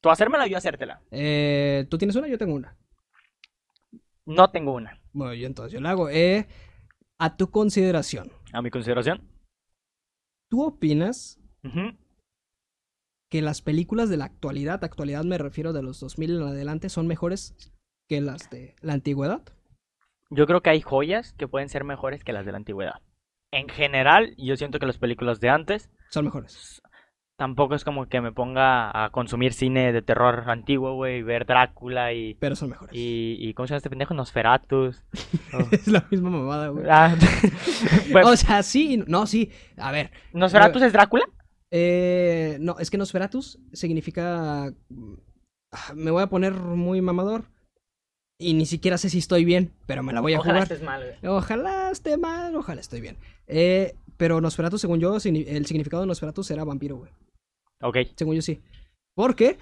B: Tú hacérmela, yo hacértela.
A: Eh, Tú tienes una, yo tengo una.
B: No tengo una.
A: Bueno, yo entonces yo la hago. Eh, a tu consideración,
B: A mi consideración.
A: ¿tú opinas
B: Ujú.
A: que las películas de la actualidad, actualidad me refiero de los 2000 en adelante, son mejores que las de la antigüedad?
B: Yo creo que hay joyas que pueden ser mejores que las de la antigüedad. En general, yo siento que las películas de antes
A: Son mejores.
B: tampoco es como que me ponga a consumir cine de terror antiguo, güey, y ver Drácula y,
A: Pero son mejores.
B: y, y- ¿Cómo se llama este pendejo? Nosferatus.
A: [LAUGHS] Es la misma mamada,
B: [LAUGHS]
A: güey.
B: Ah, pues,
A: O sea, sí, y no- no, sí. A ver,
B: ¿Nosferatus es Drácula?
A: Eh, no, es que Nosferatus significa. Ah, Me voy a poner muy mamador. Y ni siquiera sé si estoy bien, pero me la voy a
B: Ojalá
A: jugar.
B: estés mal, güey.
A: Ojalá esté mal, ojalá estoy bien. Eh, pero Nosferatus, según yo, signi- el significado de Nosferatus era vampiro, güey.
B: Ok.
A: Según yo sí. Porque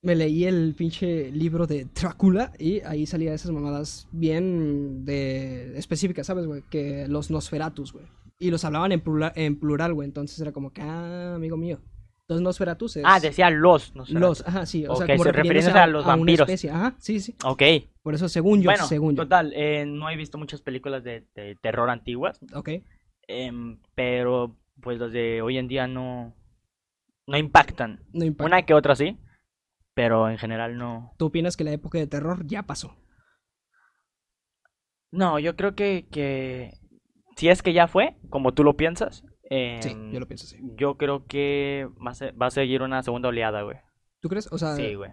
A: me leí el pinche libro de Drácula y ahí salía esas mamadas bien de específicas, ¿sabes, güey? Que los Nosferatus, güey. Y los hablaban en plural, en plural, güey. Entonces era como que, ah, amigo mío. Entonces Nosferatus es...
B: Ah, decía los
A: Los,
B: Nosferatus.
A: ajá, sí. O sea,
B: Ok,
A: como
B: se-
A: refiriéndose
B: refiriéndose a los
A: una
B: vampiros.
A: especie, Ajá, sí, sí.
B: Ok.
A: Por eso, según yo,
B: bueno,
A: según yo.
B: total, eh, no he visto muchas películas de, de terror antiguas,
A: Ok.
B: em, pero pues las de hoy en día no, no impactan.
A: No importa.
B: Una que otra sí, pero en general no.
A: ¿Tú opinas que la época de terror ya pasó?
B: No, yo creo que, que si es que ya fue, como tú lo piensas,
A: Sí,
B: em,
A: yo lo pienso así.
B: yo creo que va a, se- va a seguir una segunda oleada, güey.
A: ¿Tú crees? O sea,
B: Sí, güey.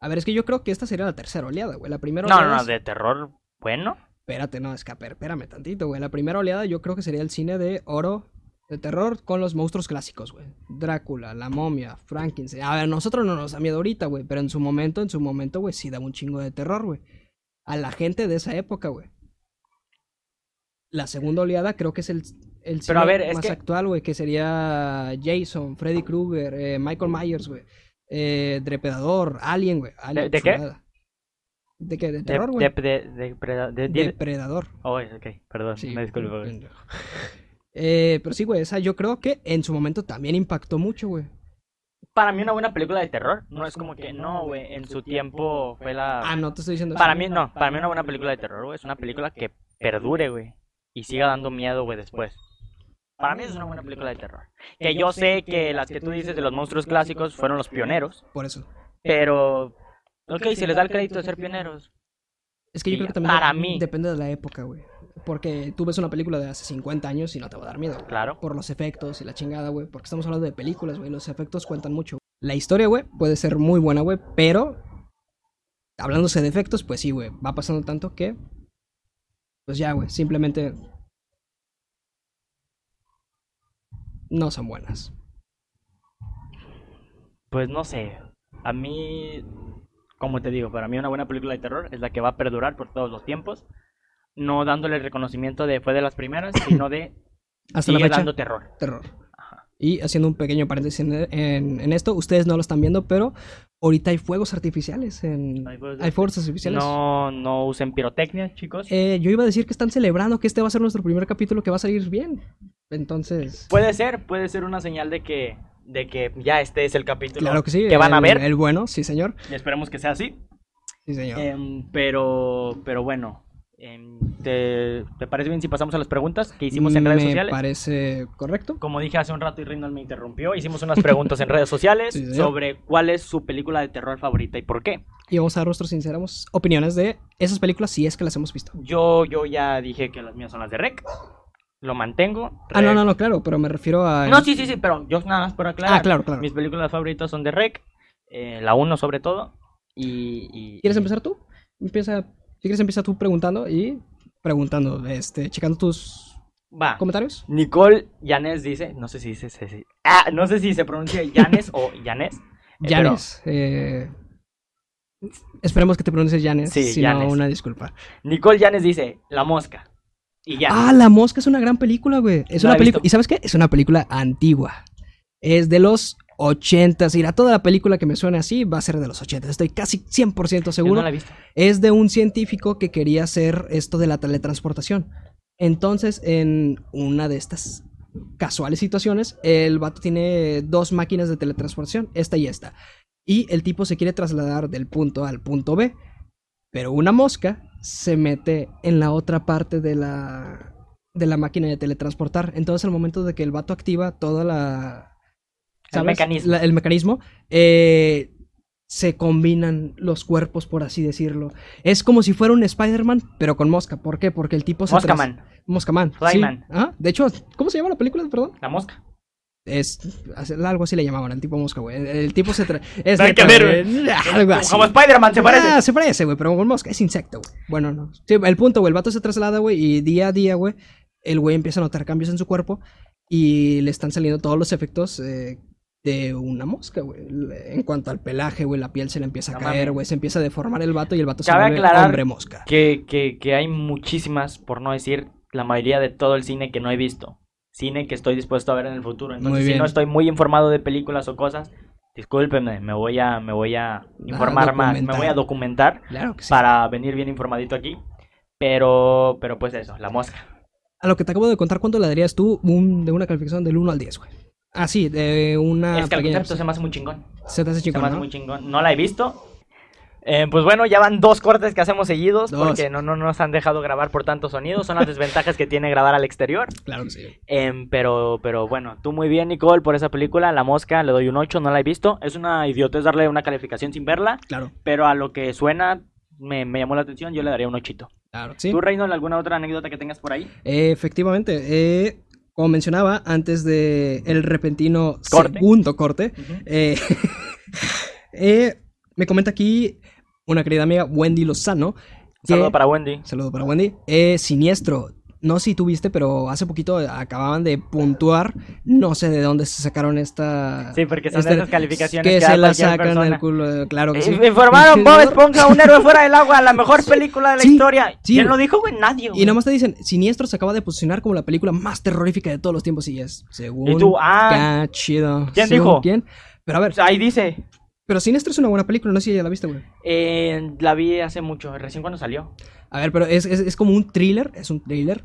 A: a ver, es que yo creo que esta sería la tercera oleada, güey. La primera
B: No,
A: oleada
B: no, no,
A: es-
B: de terror, bueno.
A: Espérate, no, escape, espérame tantito, güey. La primera oleada yo creo que sería el cine de oro de terror con los monstruos clásicos, güey. Drácula, la momia, Frankenstein. A ver, nosotros no nos da miedo ahorita, güey, pero en su momento, en su momento, güey, sí daba un chingo de terror, güey. A la gente de esa época, güey. La segunda oleada creo que es el, el cine
B: Pero a ver, es
A: más
B: que-
A: actual, güey, que sería Jason, Freddy Krueger, eh, Michael Myers, güey. Eh, Depredador, Alien, güey. Alien,
B: de qué?
A: chulada. ¿De qué? ¿De
B: De-
A: terror, güey?
B: de- de- de- preda- de- de-
A: Depredador.
B: Oh, ok, perdón,
A: Sí,
B: me disculpo, güey.
A: pendejo. Eh, pero sí, güey, esa yo creo que en su momento también impactó mucho, güey.
B: Para mí una buena película de terror no es como que no, güey, en su tiempo fue
A: Ah,
B: la...
A: no te estoy diciendo eso.
B: Para mí no, para mí una buena película de terror, güey, es una película que perdure, güey, y siga dando miedo, güey, después. Para mí es una buena película de terror. Que yo sé que las que tú dices de los monstruos clásicos fueron los pioneros,
A: Por eso.
B: pero... Ok, se les da el crédito de ser pioneros.
A: Es que yo
B: Y
A: creo que también
B: para
A: dep-
B: mí.
A: depende de la época, güey. Porque tú ves una película de hace 50 años y no te va a dar miedo, güey.
B: Claro.
A: Por los efectos y la chingada, güey. Porque estamos hablando de películas, güey. Los efectos cuentan mucho. La historia, güey, puede ser muy buena, güey. Pero hablándose de efectos, pues sí, güey, va pasando tanto que. Pues ya, güey, simplemente. No son buenas.
B: Pues no sé. A mí, como te digo, para mí una buena película de terror es la que va a perdurar por todos los tiempos. No dándole el reconocimiento de fue de las primeras, sino [COUGHS] de
A: Hasta la
B: sigue
A: fecha.
B: dando terror.
A: terror.
B: Ajá.
A: Y haciendo un pequeño paréntesis en, en- en esto, ustedes no lo están viendo, pero ahorita hay fuegos artificiales en...
B: Hay fuegos
A: Hay fuegos artificiales.
B: No, no usen pirotecnia, chicos.
A: Eh, yo iba a decir que están celebrando que este va a ser nuestro primer capítulo que va a salir bien. Entonces...
B: Puede ser, puede ser una señal de que, de que ya este es el capítulo
A: Claro que sí.
B: que van a
A: el-
B: ver.
A: El bueno, sí señor.
B: Y esperemos que sea así.
A: Sí señor.
B: Em, pero, pero bueno, em, ¿te, te parece bien si pasamos a las preguntas que hicimos en redes
A: Me
B: sociales?
A: parece correcto.
B: Como dije hace un rato y Reynolds me interrumpió, hicimos unas preguntas en redes
A: [LAUGHS]
B: sociales
A: Sí, ¿eh? señor.
B: sobre cuál es su película de terror favorita y por qué.
A: Y vamos a dar nuestras sinceras opiniones de esas películas si es que las hemos visto.
B: Yo, yo ya dije que las mías son las de Rec. Lo mantengo.
A: Ah, no,
B: Rec-
A: no, no, claro, pero me refiero a...
B: No, sí, sí, sí, pero yo nada más por aclarar.
A: Ah, claro, claro.
B: Mis películas favoritas son de Rec, eh, la 1 sobre todo. Y, y-
A: ¿Quieres
B: y-
A: empezar tú? Empieza, si quieres empieza tú preguntando y preguntando, este, checando tus
B: Va.
A: comentarios.
B: Nicole Yanes dice, no sé si dice, se- se- ah, no sé si se pronuncia Yanes o Yanes. eh, pero-
A: Yanes. eh, esperemos que te pronuncies Yanes.
B: Sí,
A: si no,
B: Yanes.
A: una disculpa.
B: Nicole Yanes dice, La Mosca. Y ya.
A: Ah, La Mosca es una gran película, güey. Es
B: No la
A: una
B: he
A: película.
B: visto.
A: ¿Y sabes qué? Es una película antigua. Es de los 80s. Irá toda la película que me suena así va a ser de los 80s. Estoy casi 100%
B: Yo
A: seguro.
B: no la he visto.
A: es de un científico que quería hacer esto de la teletransportación. Entonces, en una de estas casuales situaciones, el vato tiene dos máquinas de teletransportación, esta y esta. Y el tipo se quiere trasladar del punto A al punto B, pero una mosca se mete en la otra parte de la de la máquina de teletransportar. Entonces, al momento de que el vato activa toda la
B: El mecanismo.
A: La- el mecanismo eh, se combinan los cuerpos, por así decirlo. Es como si fuera un Spider-Man, pero con mosca. ¿Por qué? Porque el tipo se. tras-
B: Moscaman,
A: Moscaman. sí.
B: Flyman.
A: Ajá. De hecho, ¿cómo se llama la película? Perdón.
B: la mosca.
A: Es. Algo así le llamaban, el tipo mosca, güey. El, el tipo se. tra- Es
B: Nada que
A: neta,
B: ver,
A: güey. Algo así.
B: Como Spider-Man se parece.
A: Ah, se parece, güey, pero con mosca. Es insecto, güey. Bueno, no. Sí, el punto, güey. El vato se traslada, güey, y día a día, güey, el güey empieza a notar cambios en su cuerpo y le están saliendo todos los efectos eh, de una mosca, güey. Le- En cuanto al pelaje, güey, la piel se le empieza a
B: No
A: caer,
B: mames.
A: güey. Se empieza a deformar el vato y el vato
B: Cabe
A: se vuelve
B: aclarar
A: hombre mosca.
B: Que, que, que hay muchísimas, por no decir la mayoría de todo el cine que no he visto. Cine que estoy dispuesto a ver en el futuro.
A: Muy
B: Entonces, si
A: bien.
B: no estoy muy informado de películas o cosas, discúlpenme, me voy a, me voy a informar más, me
A: Ah, documentar.
B: voy a documentar
A: Claro que sí.
B: para venir bien informadito aquí. Pero, pero pues eso, la mosca.
A: A lo que te acabo de contar, ¿cuánto le darías tú un- de una calificación del 1 al 10, güey? Ah, sí, de una
B: es que el
A: pequeña-
B: concepto se me hace muy chingón.
A: Se te hace
B: Se
A: chingón,
B: me hace
A: Ah, ¿no?
B: muy chingón. No la he visto. Eh, pues bueno, ya van dos cortes que hacemos seguidos
A: Dos.
B: porque no, no nos han dejado grabar por tantos sonidos. Son las desventajas que tiene grabar al exterior.
A: Claro que sí.
B: Em, pero, pero bueno, tú muy bien, Nicole, por esa película. La mosca, le doy un 8, no la he visto. Es una idiotez darle una calificación sin verla,
A: Claro,
B: pero a lo que suena me, me llamó la atención, yo le daría un 8.
A: claro, sí.
B: ¿Tú, Reynolds, alguna otra anécdota que tengas por ahí?
A: Eh, Efectivamente, eh, como mencionaba, antes de el repentino
B: Corte.
A: segundo corte, eh, [LAUGHS] eh, me comenta aquí una querida amiga, Wendy Lozano.
B: Un saludo
A: que-
B: para Wendy.
A: saludo para Wendy. Eh, siniestro. No sé si tuviste, pero hace poquito acababan de puntuar. No sé de dónde se sacaron esta.
B: Sí, porque son de
A: esta-
B: esas calificaciones
A: Este, que
B: que da
A: se la
B: cualquier
A: sacan
B: persona.
A: del culo. Claro que sí.
B: Eh,
A: [LAUGHS]
B: Informaron Bob Esponja, un héroe fuera del agua, la mejor película de la
A: Sí,
B: historia.
A: sí,
B: ¿Quién
A: güey.
B: lo dijo, güey? Nadie.
A: Y
B: güey.
A: nada más te dicen, Siniestro se acaba de posicionar como la película más terrorífica de todos los tiempos y es según...
B: Y tú, ah.
A: Qué chido.
B: ¿Quién
A: Según
B: dijo?
A: ¿Quién? Pero a ver,
B: Ahí dice.
A: pero Siniestro es una buena película, no sé si ya la viste, güey.
B: eh, la vi hace mucho, recién cuando salió.
A: A ver, pero es, es- es como un thriller, es un thriller,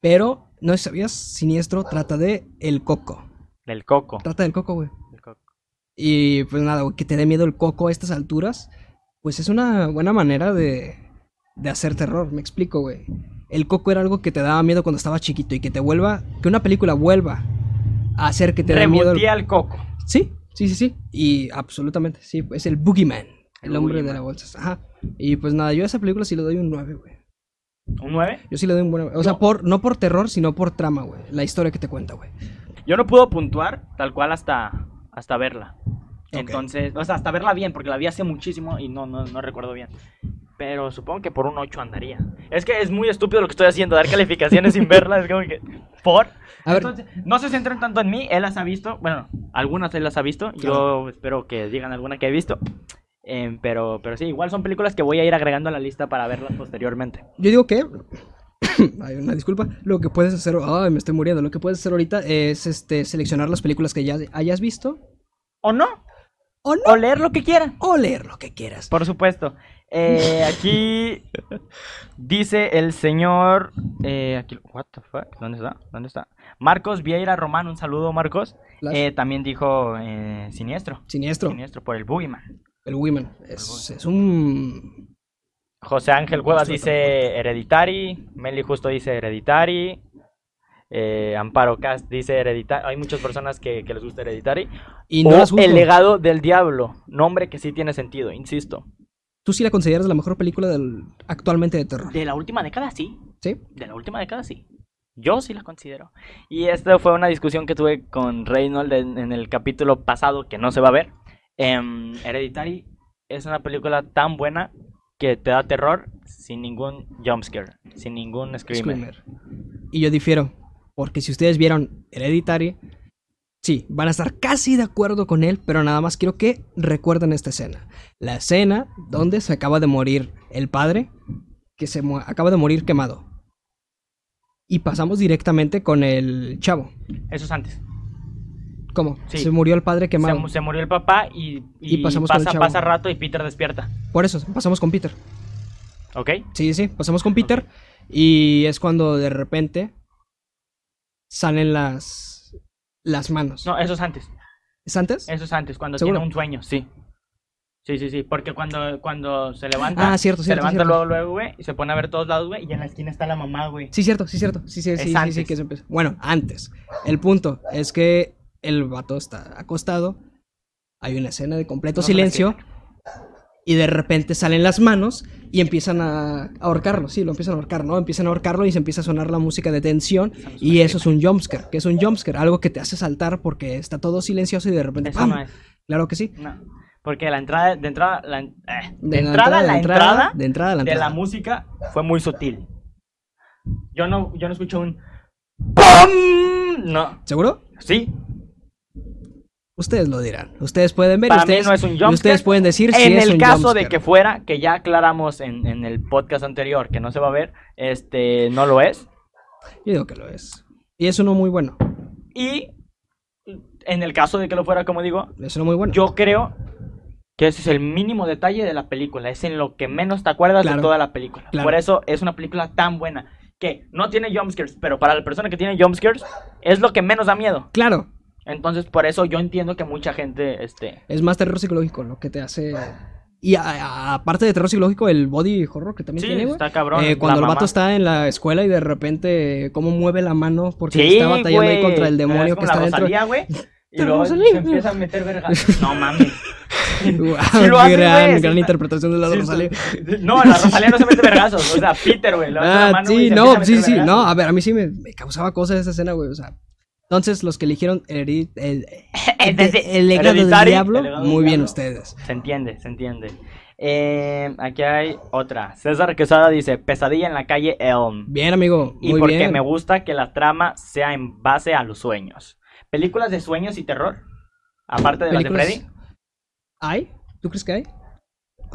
A: pero no sé si sabías, Siniestro trata de el coco.
B: Del coco.
A: Trata del coco, güey.
B: Del coco.
A: Y pues nada, güey, que te dé miedo el coco a estas alturas, pues es una buena manera de, de hacer terror, me explico, güey. El coco era algo que te daba miedo cuando estaba chiquito y que te vuelva, que una película vuelva a hacer que te dé miedo. el-
B: Revoltea el coco.
A: Sí, sí, sí, sí. Y absolutamente, sí, es el Boogeyman, el,
B: El
A: hombre de
B: Boogeyman.
A: las bolsas. Ajá. Y pues nada, yo a esa película sí le doy un 9, güey.
B: ¿Un 9?
A: Yo sí le doy un buen... O sea,
B: No.
A: por, no por terror, sino por trama, güey. La historia que te cuenta, güey.
B: Yo no puedo puntuar tal cual hasta, hasta verla.
A: Ok.
B: Entonces, o sea, hasta verla bien, porque la vi hace muchísimo y no, no, no recuerdo bien. Pero supongo que por un 8 andaría. Es que es muy estúpido lo que estoy haciendo, dar calificaciones sin verla. Es como que. ¿Por?
A: A ver,
B: Entonces, no se centren tanto en mí, él las ha visto. Bueno, algunas él las ha visto. Yo espero que digan alguna que he visto. Em, pero, pero sí, igual son películas que voy a ir agregando a la lista para verlas posteriormente.
A: yo digo que. [COUGHS] Hay una disculpa. Lo que puedes hacer. Ay, me estoy muriendo. Lo que puedes hacer ahorita es este seleccionar las películas que ya hayas visto.
B: ¿O no?
A: O no.
B: ¿O leer lo que quieran?
A: O leer lo que quieras.
B: Por supuesto. Eh, aquí dice el señor. eh, aquí, what the fuck? ¿Dónde está? ¿Dónde está? Marcos Vieira Román, un saludo, Marcos.
A: Las-
B: Eh, también dijo eh, Siniestro.
A: Siniestro.
B: Siniestro por el Boogeyman.
A: El Women. Es, es un.
B: José Ángel Cuevas
A: Monstruo pues.
B: dice Hereditary. Meli Justo dice Hereditary. eh, Amparo Cast dice Hereditary. Hay muchas personas que, que les gusta Hereditary.
A: Y no
B: o
A: las juzgo.
B: El legado del diablo. Nombre que sí tiene sentido, insisto.
A: ¿Tú sí la consideras la mejor película del, actualmente de terror?
B: De la última década, sí.
A: ¿Sí?
B: de la última década sí. Yo sí la considero. Y esta fue una discusión que tuve con Reynolds en, en el capítulo pasado que no se va a ver. Em, Hereditary es una película tan buena que te da terror sin ningún jumpscare, sin ningún screamer.
A: Screamer. Y yo difiero. Porque si ustedes vieron Hereditary, sí, van a estar casi de acuerdo con él, pero nada más quiero que recuerden esta escena. La escena donde se acaba de morir el padre, que se mu- acaba de morir quemado. Y pasamos directamente con el chavo.
B: Eso es antes.
A: ¿Cómo?
B: Sí.
A: Se murió el padre
B: Se,
A: quemado.
B: mu- se murió el papá y,
A: Y
B: y
A: pasamos con el
B: pasa,
A: chavo.
B: pasa rato y Peter despierta.
A: Por eso, pasamos con Peter.
B: ¿Ok?
A: Sí, sí, pasamos con Peter. Y es cuando de repente salen las, las manos.
B: No, eso es antes.
A: ¿Es antes?
B: Eso es antes, cuando
A: ¿Seguro?
B: tiene un sueño, sí. Sí, sí, sí, porque cuando, cuando se levanta,
A: Ah, cierto,
B: se
A: cierto,
B: levanta
A: cierto.
B: luego, luego, güey, y se pone a ver todos lados, güey, y en la esquina está la mamá, güey.
A: Sí, cierto, sí, cierto. Sí, sí, sí, sí,
B: antes.
A: sí, que se empieza. Bueno, antes. El punto es que el vato está acostado. Hay una escena de completo
B: No,
A: silencio. Y de repente salen las manos y empiezan a a ahorcarlo. Sí, lo empiezan a ahorcar, ¿no? Empiezan a ahorcarlo y se empieza a sonar la música de tensión.
B: Esa no es
A: Y
B: una
A: eso es un jumpscare, que es un jumpscare, algo que te hace saltar porque está todo silencioso y de repente
B: Eso
A: ¡pam!
B: no es,
A: Claro que sí.
B: no. Porque la entrada, de entrada, la, en- eh, de,
A: la
B: entrada, la entrada,
A: de entrada, la
B: de
A: entrada.
B: la música fue muy sutil. Yo no, yo no escucho un ¡Pum! No,
A: ¿Seguro?
B: sí,
A: Ustedes lo dirán. Ustedes pueden ver.
B: Para mí
A: ustedes,
B: no es un
A: y
B: jumpscare.
A: Ustedes pueden decir si
B: en
A: es
B: el
A: un
B: caso de
A: jumpscare.
B: que fuera, que ya aclaramos en, en el podcast anterior que no se va a ver, este, no lo es.
A: Yo digo que lo es. Y es uno muy bueno.
B: Y en el caso de que lo fuera, como digo,
A: Es uno muy bueno.
B: yo creo que ese es el mínimo detalle de la película. Es en lo que menos te acuerdas
A: Claro.
B: de toda la película.
A: Claro.
B: Por eso es una película tan buena. Que no tiene jumpscares, pero para la persona que tiene jumpscares es lo que menos da miedo.
A: Claro,
B: Entonces, por eso yo entiendo que mucha gente, este...
A: es más terror psicológico lo que te hace. Y a- a- aparte de terror psicológico, el body horror que también
B: Sí,
A: tiene, güey.
B: está cabrón.
A: Eh,
B: la
A: cuando el
B: mamá.
A: vato está en la escuela y de repente, cómo mueve la mano porque
B: Sí,
A: está batallando ahí
B: güey.
A: contra el demonio
B: Es
A: que
B: como
A: está
B: la
A: dentro.
B: Rosalía, güey. Y
A: La
B: luego se
A: Rosalía.
B: empieza a meter verga. No mames.
A: [LAUGHS] Guau,
B: [LAUGHS] Sí lo hace,
A: gran,
B: güey,
A: gran
B: sí está-
A: interpretación de la
B: Sí,
A: Rosalía.
B: está- No, la Rosalía no se mete vergazos. O sea, Peter, güey. le levanta la
A: Ah,
B: mano, güey, y
A: sí,
B: se
A: no,
B: empieza a
A: sí,
B: meter
A: sí.
B: vergazos.
A: No, a ver, a mí sí me, me causaba cosas esa escena, güey. O sea, entonces los que eligieron
B: [LAUGHS]
A: el, el, el,
B: Entonces,
A: el legado del
B: Hereditary,
A: diablo,
B: el legado del
A: muy bien
B: diablo.
A: ustedes.
B: Se entiende, se entiende. Eh, aquí hay otra. César Quesada dice, pesadilla en la calle Elm.
A: Bien, amigo,
B: Y
A: muy
B: porque
A: bien.
B: me gusta que la trama sea en base a los sueños. Películas de sueños y terror. Aparte de las de
A: Películas-
B: Freddy.
A: ¿Hay? ¿Tú crees que hay?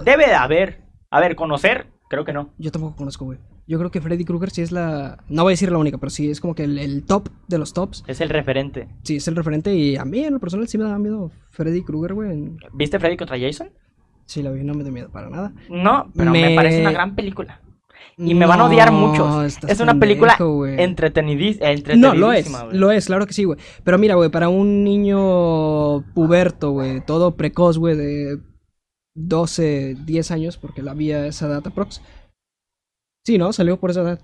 B: Debe de haber. A ver, conocer. Creo que no.
A: Yo tampoco conozco, güey. Yo creo que Freddy Krueger sí es la. No voy a decir la única, pero sí es como que el, el top de los tops.
B: Es el referente.
A: Sí, es el referente. Y a mí, en lo personal, sí me daba miedo Freddy Krueger, güey. en-
B: ¿Viste Freddy contra Jason?
A: Sí, la vi, no me dio miedo para nada.
B: No, pero me,
A: Me-
B: parece una gran película. Y me van a odiar muchos.
A: estás
B: Es una
A: pendejo,
B: película
A: güey.
B: entretenidis- entretenidísima.
A: Eh. No, lo es,
B: güey.
A: lo es, claro que sí, güey. Pero mira, güey, para un niño puberto, güey, todo precoz, güey, de 12, 10 años, porque la vi a esa edad aprox. Sí, ¿no? Salió por esa edad.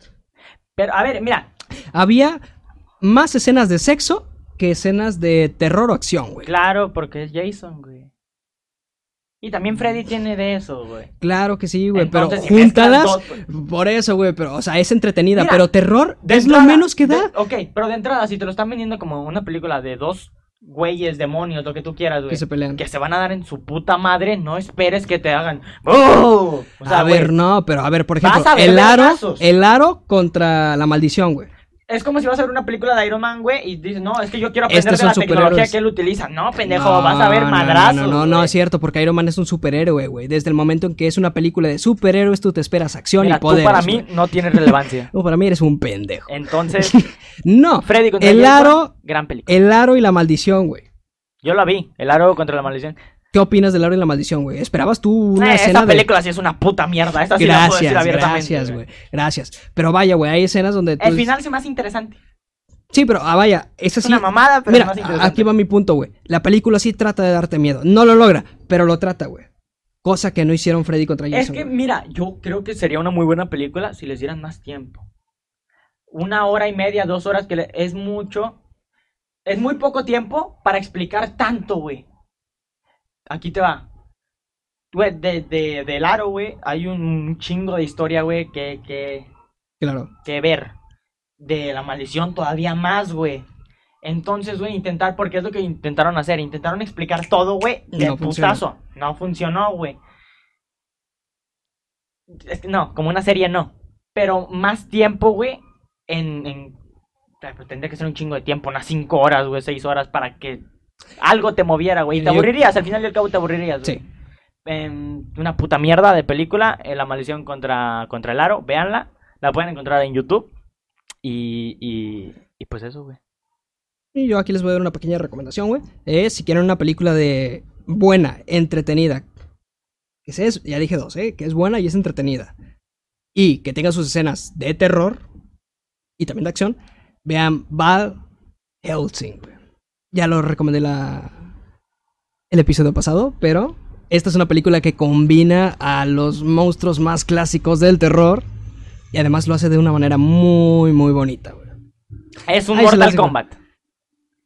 B: Pero, a ver, mira.
A: Había más escenas de sexo que escenas de terror o acción, güey.
B: Claro, porque es Jason, güey. Y también Freddy tiene de eso, güey.
A: Claro que sí, güey, pero
B: Entonces, si
A: júntalas.
B: mezclas dos,
A: Por eso, güey, pero, o sea, es entretenida,
B: Mira,
A: pero terror
B: de
A: es lo
B: entrada,
A: menos que
B: de-
A: da.
B: ok, pero de entrada, si te lo están vendiendo como una película de dos güeyes, demonios, lo que tú quieras, güey.
A: que se pelean.
B: Que se van a dar en su puta madre, no esperes que te hagan. ¡Oh! O sea,
A: a
B: güey,
A: ver, no, pero a ver, por
B: Vas
A: ejemplo,
B: a ver
A: el aro,
B: vergazos.
A: el aro contra la maldición, güey.
B: Es como si vas a ver una película de Iron Man, güey, y dices, no, es que yo quiero aprender
A: Estos
B: de la
A: son
B: tecnología
A: superhéroes.
B: que él utiliza. No, pendejo,
A: No,
B: vas a ver
A: no,
B: madrazos.
A: No, no, no, no,
B: güey.
A: es cierto, porque Iron Man es un superhéroe, güey. Desde el momento en que es una película de superhéroes, tú te esperas acción
B: Mira,
A: y poder.
B: tú para mí no
A: [LAUGHS]
B: tienes relevancia.
A: para mí eres un pendejo.
B: Entonces,
A: No,
B: Freddy contra
A: El
B: Jason,
A: aro-
B: gran película.
A: el aro y la maldición, güey.
B: Yo la vi, El aro contra la maldición.
A: ¿Qué opinas del aro y la maldición, güey? ¿Esperabas tú una
B: Eh,
A: escena
B: esta
A: de
B: película sí es una puta mierda. Esta sí la puedo decir
A: Gracias,
B: abiertamente.
A: gracias, güey. Pues, Gracias. Pero vaya, güey, hay escenas donde tú
B: El final se me hace interesante.
A: Sí, pero ah, vaya, esa
B: Es
A: sí.
B: una mamada, pero se me
A: Mira,
B: hace interesante.
A: aquí va mi punto, güey. La película sí trata de darte miedo. No lo logra, pero lo trata, güey. Cosa que no hicieron Freddy contra Jason.
B: Es que,
A: güey.
B: mira, yo creo que sería una muy buena película si les dieran más tiempo. Una hora y media, dos horas, que le- es mucho. Es muy poco tiempo para explicar tanto, güey. Aquí te va. Güey, de, de, del aro, güey, hay un, chingo de historia, güey, que, que,
A: Claro.
B: que ver. De la maldición todavía más, güey. Entonces, güey, intentar, porque es lo que intentaron hacer. Intentaron explicar todo, güey, de
A: No funcionó.
B: putazo. No funcionó, güey. Es que no, como una serie no. Pero más tiempo, güey, en... en- Ay, pues Tendría que ser un chingo de tiempo, unas 5 horas, güey, 6 horas para que algo te moviera, güey. Y te
A: Yo-
B: aburrirías, al final y al cabo te aburrirías, güey
A: Sí.
B: em, una puta mierda de película, eh, La maldición contra, contra el aro, véanla, la pueden encontrar en YouTube. Y, y, y pues eso, güey.
A: Y yo aquí les voy a dar una pequeña recomendación, güey. Eh, si quieren una película de buena, entretenida. Que sea, es- ya dije dos, eh, que es buena y es entretenida. Y que tenga sus escenas de terror y también de acción. Vean Val Helsing. güey. Ya lo recomendé la el episodio pasado, pero esta es una película que combina a los monstruos más clásicos del terror y además lo hace de una manera muy muy bonita, güey.
B: Es un
A: Ahí se las
B: Mortal
A: digo.
B: Kombat.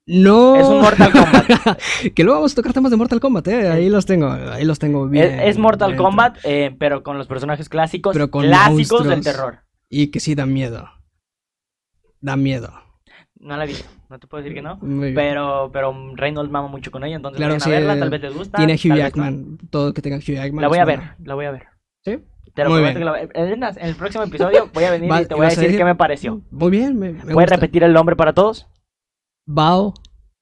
A: No.
B: Es
A: [LAUGHS]
B: un Mortal Kombat.
A: que luego vamos a tocar temas de Mortal Kombat, ¿eh? Ahí los tengo, ahí los tengo bien.
B: es, es Mortal
A: dentro.
B: Kombat, eh, pero con los personajes clásicos,
A: Pero con
B: clásicos del
A: monstruos.
B: terror.
A: Y que sí da miedo. Da miedo.
B: No la he visto, no te puedo decir que no.
A: Muy bien.
B: Pero, pero Reynolds mama mucho con ella, entonces
A: Claro,
B: vayan a
A: sí,
B: verla,
A: eh,
B: tal vez les gusta.
A: Tiene
B: tal
A: Hugh
B: vez no.
A: Jackman, todo que tenga Hugh Jackman.
B: La voy a
A: es
B: ver,
A: buena.
B: la voy a ver.
A: ¿Sí?
B: Te lo
A: Muy
B: prometo
A: bien.
B: que la voy a ver. Es más, En el próximo episodio voy a venir
A: Va-
B: y te voy a
A: ¿vas a
B: decir
A: decir?
B: qué me pareció.
A: Muy bien, me, me
B: ¿Puedes
A: gusta.
B: repetir el nombre para todos?
A: Val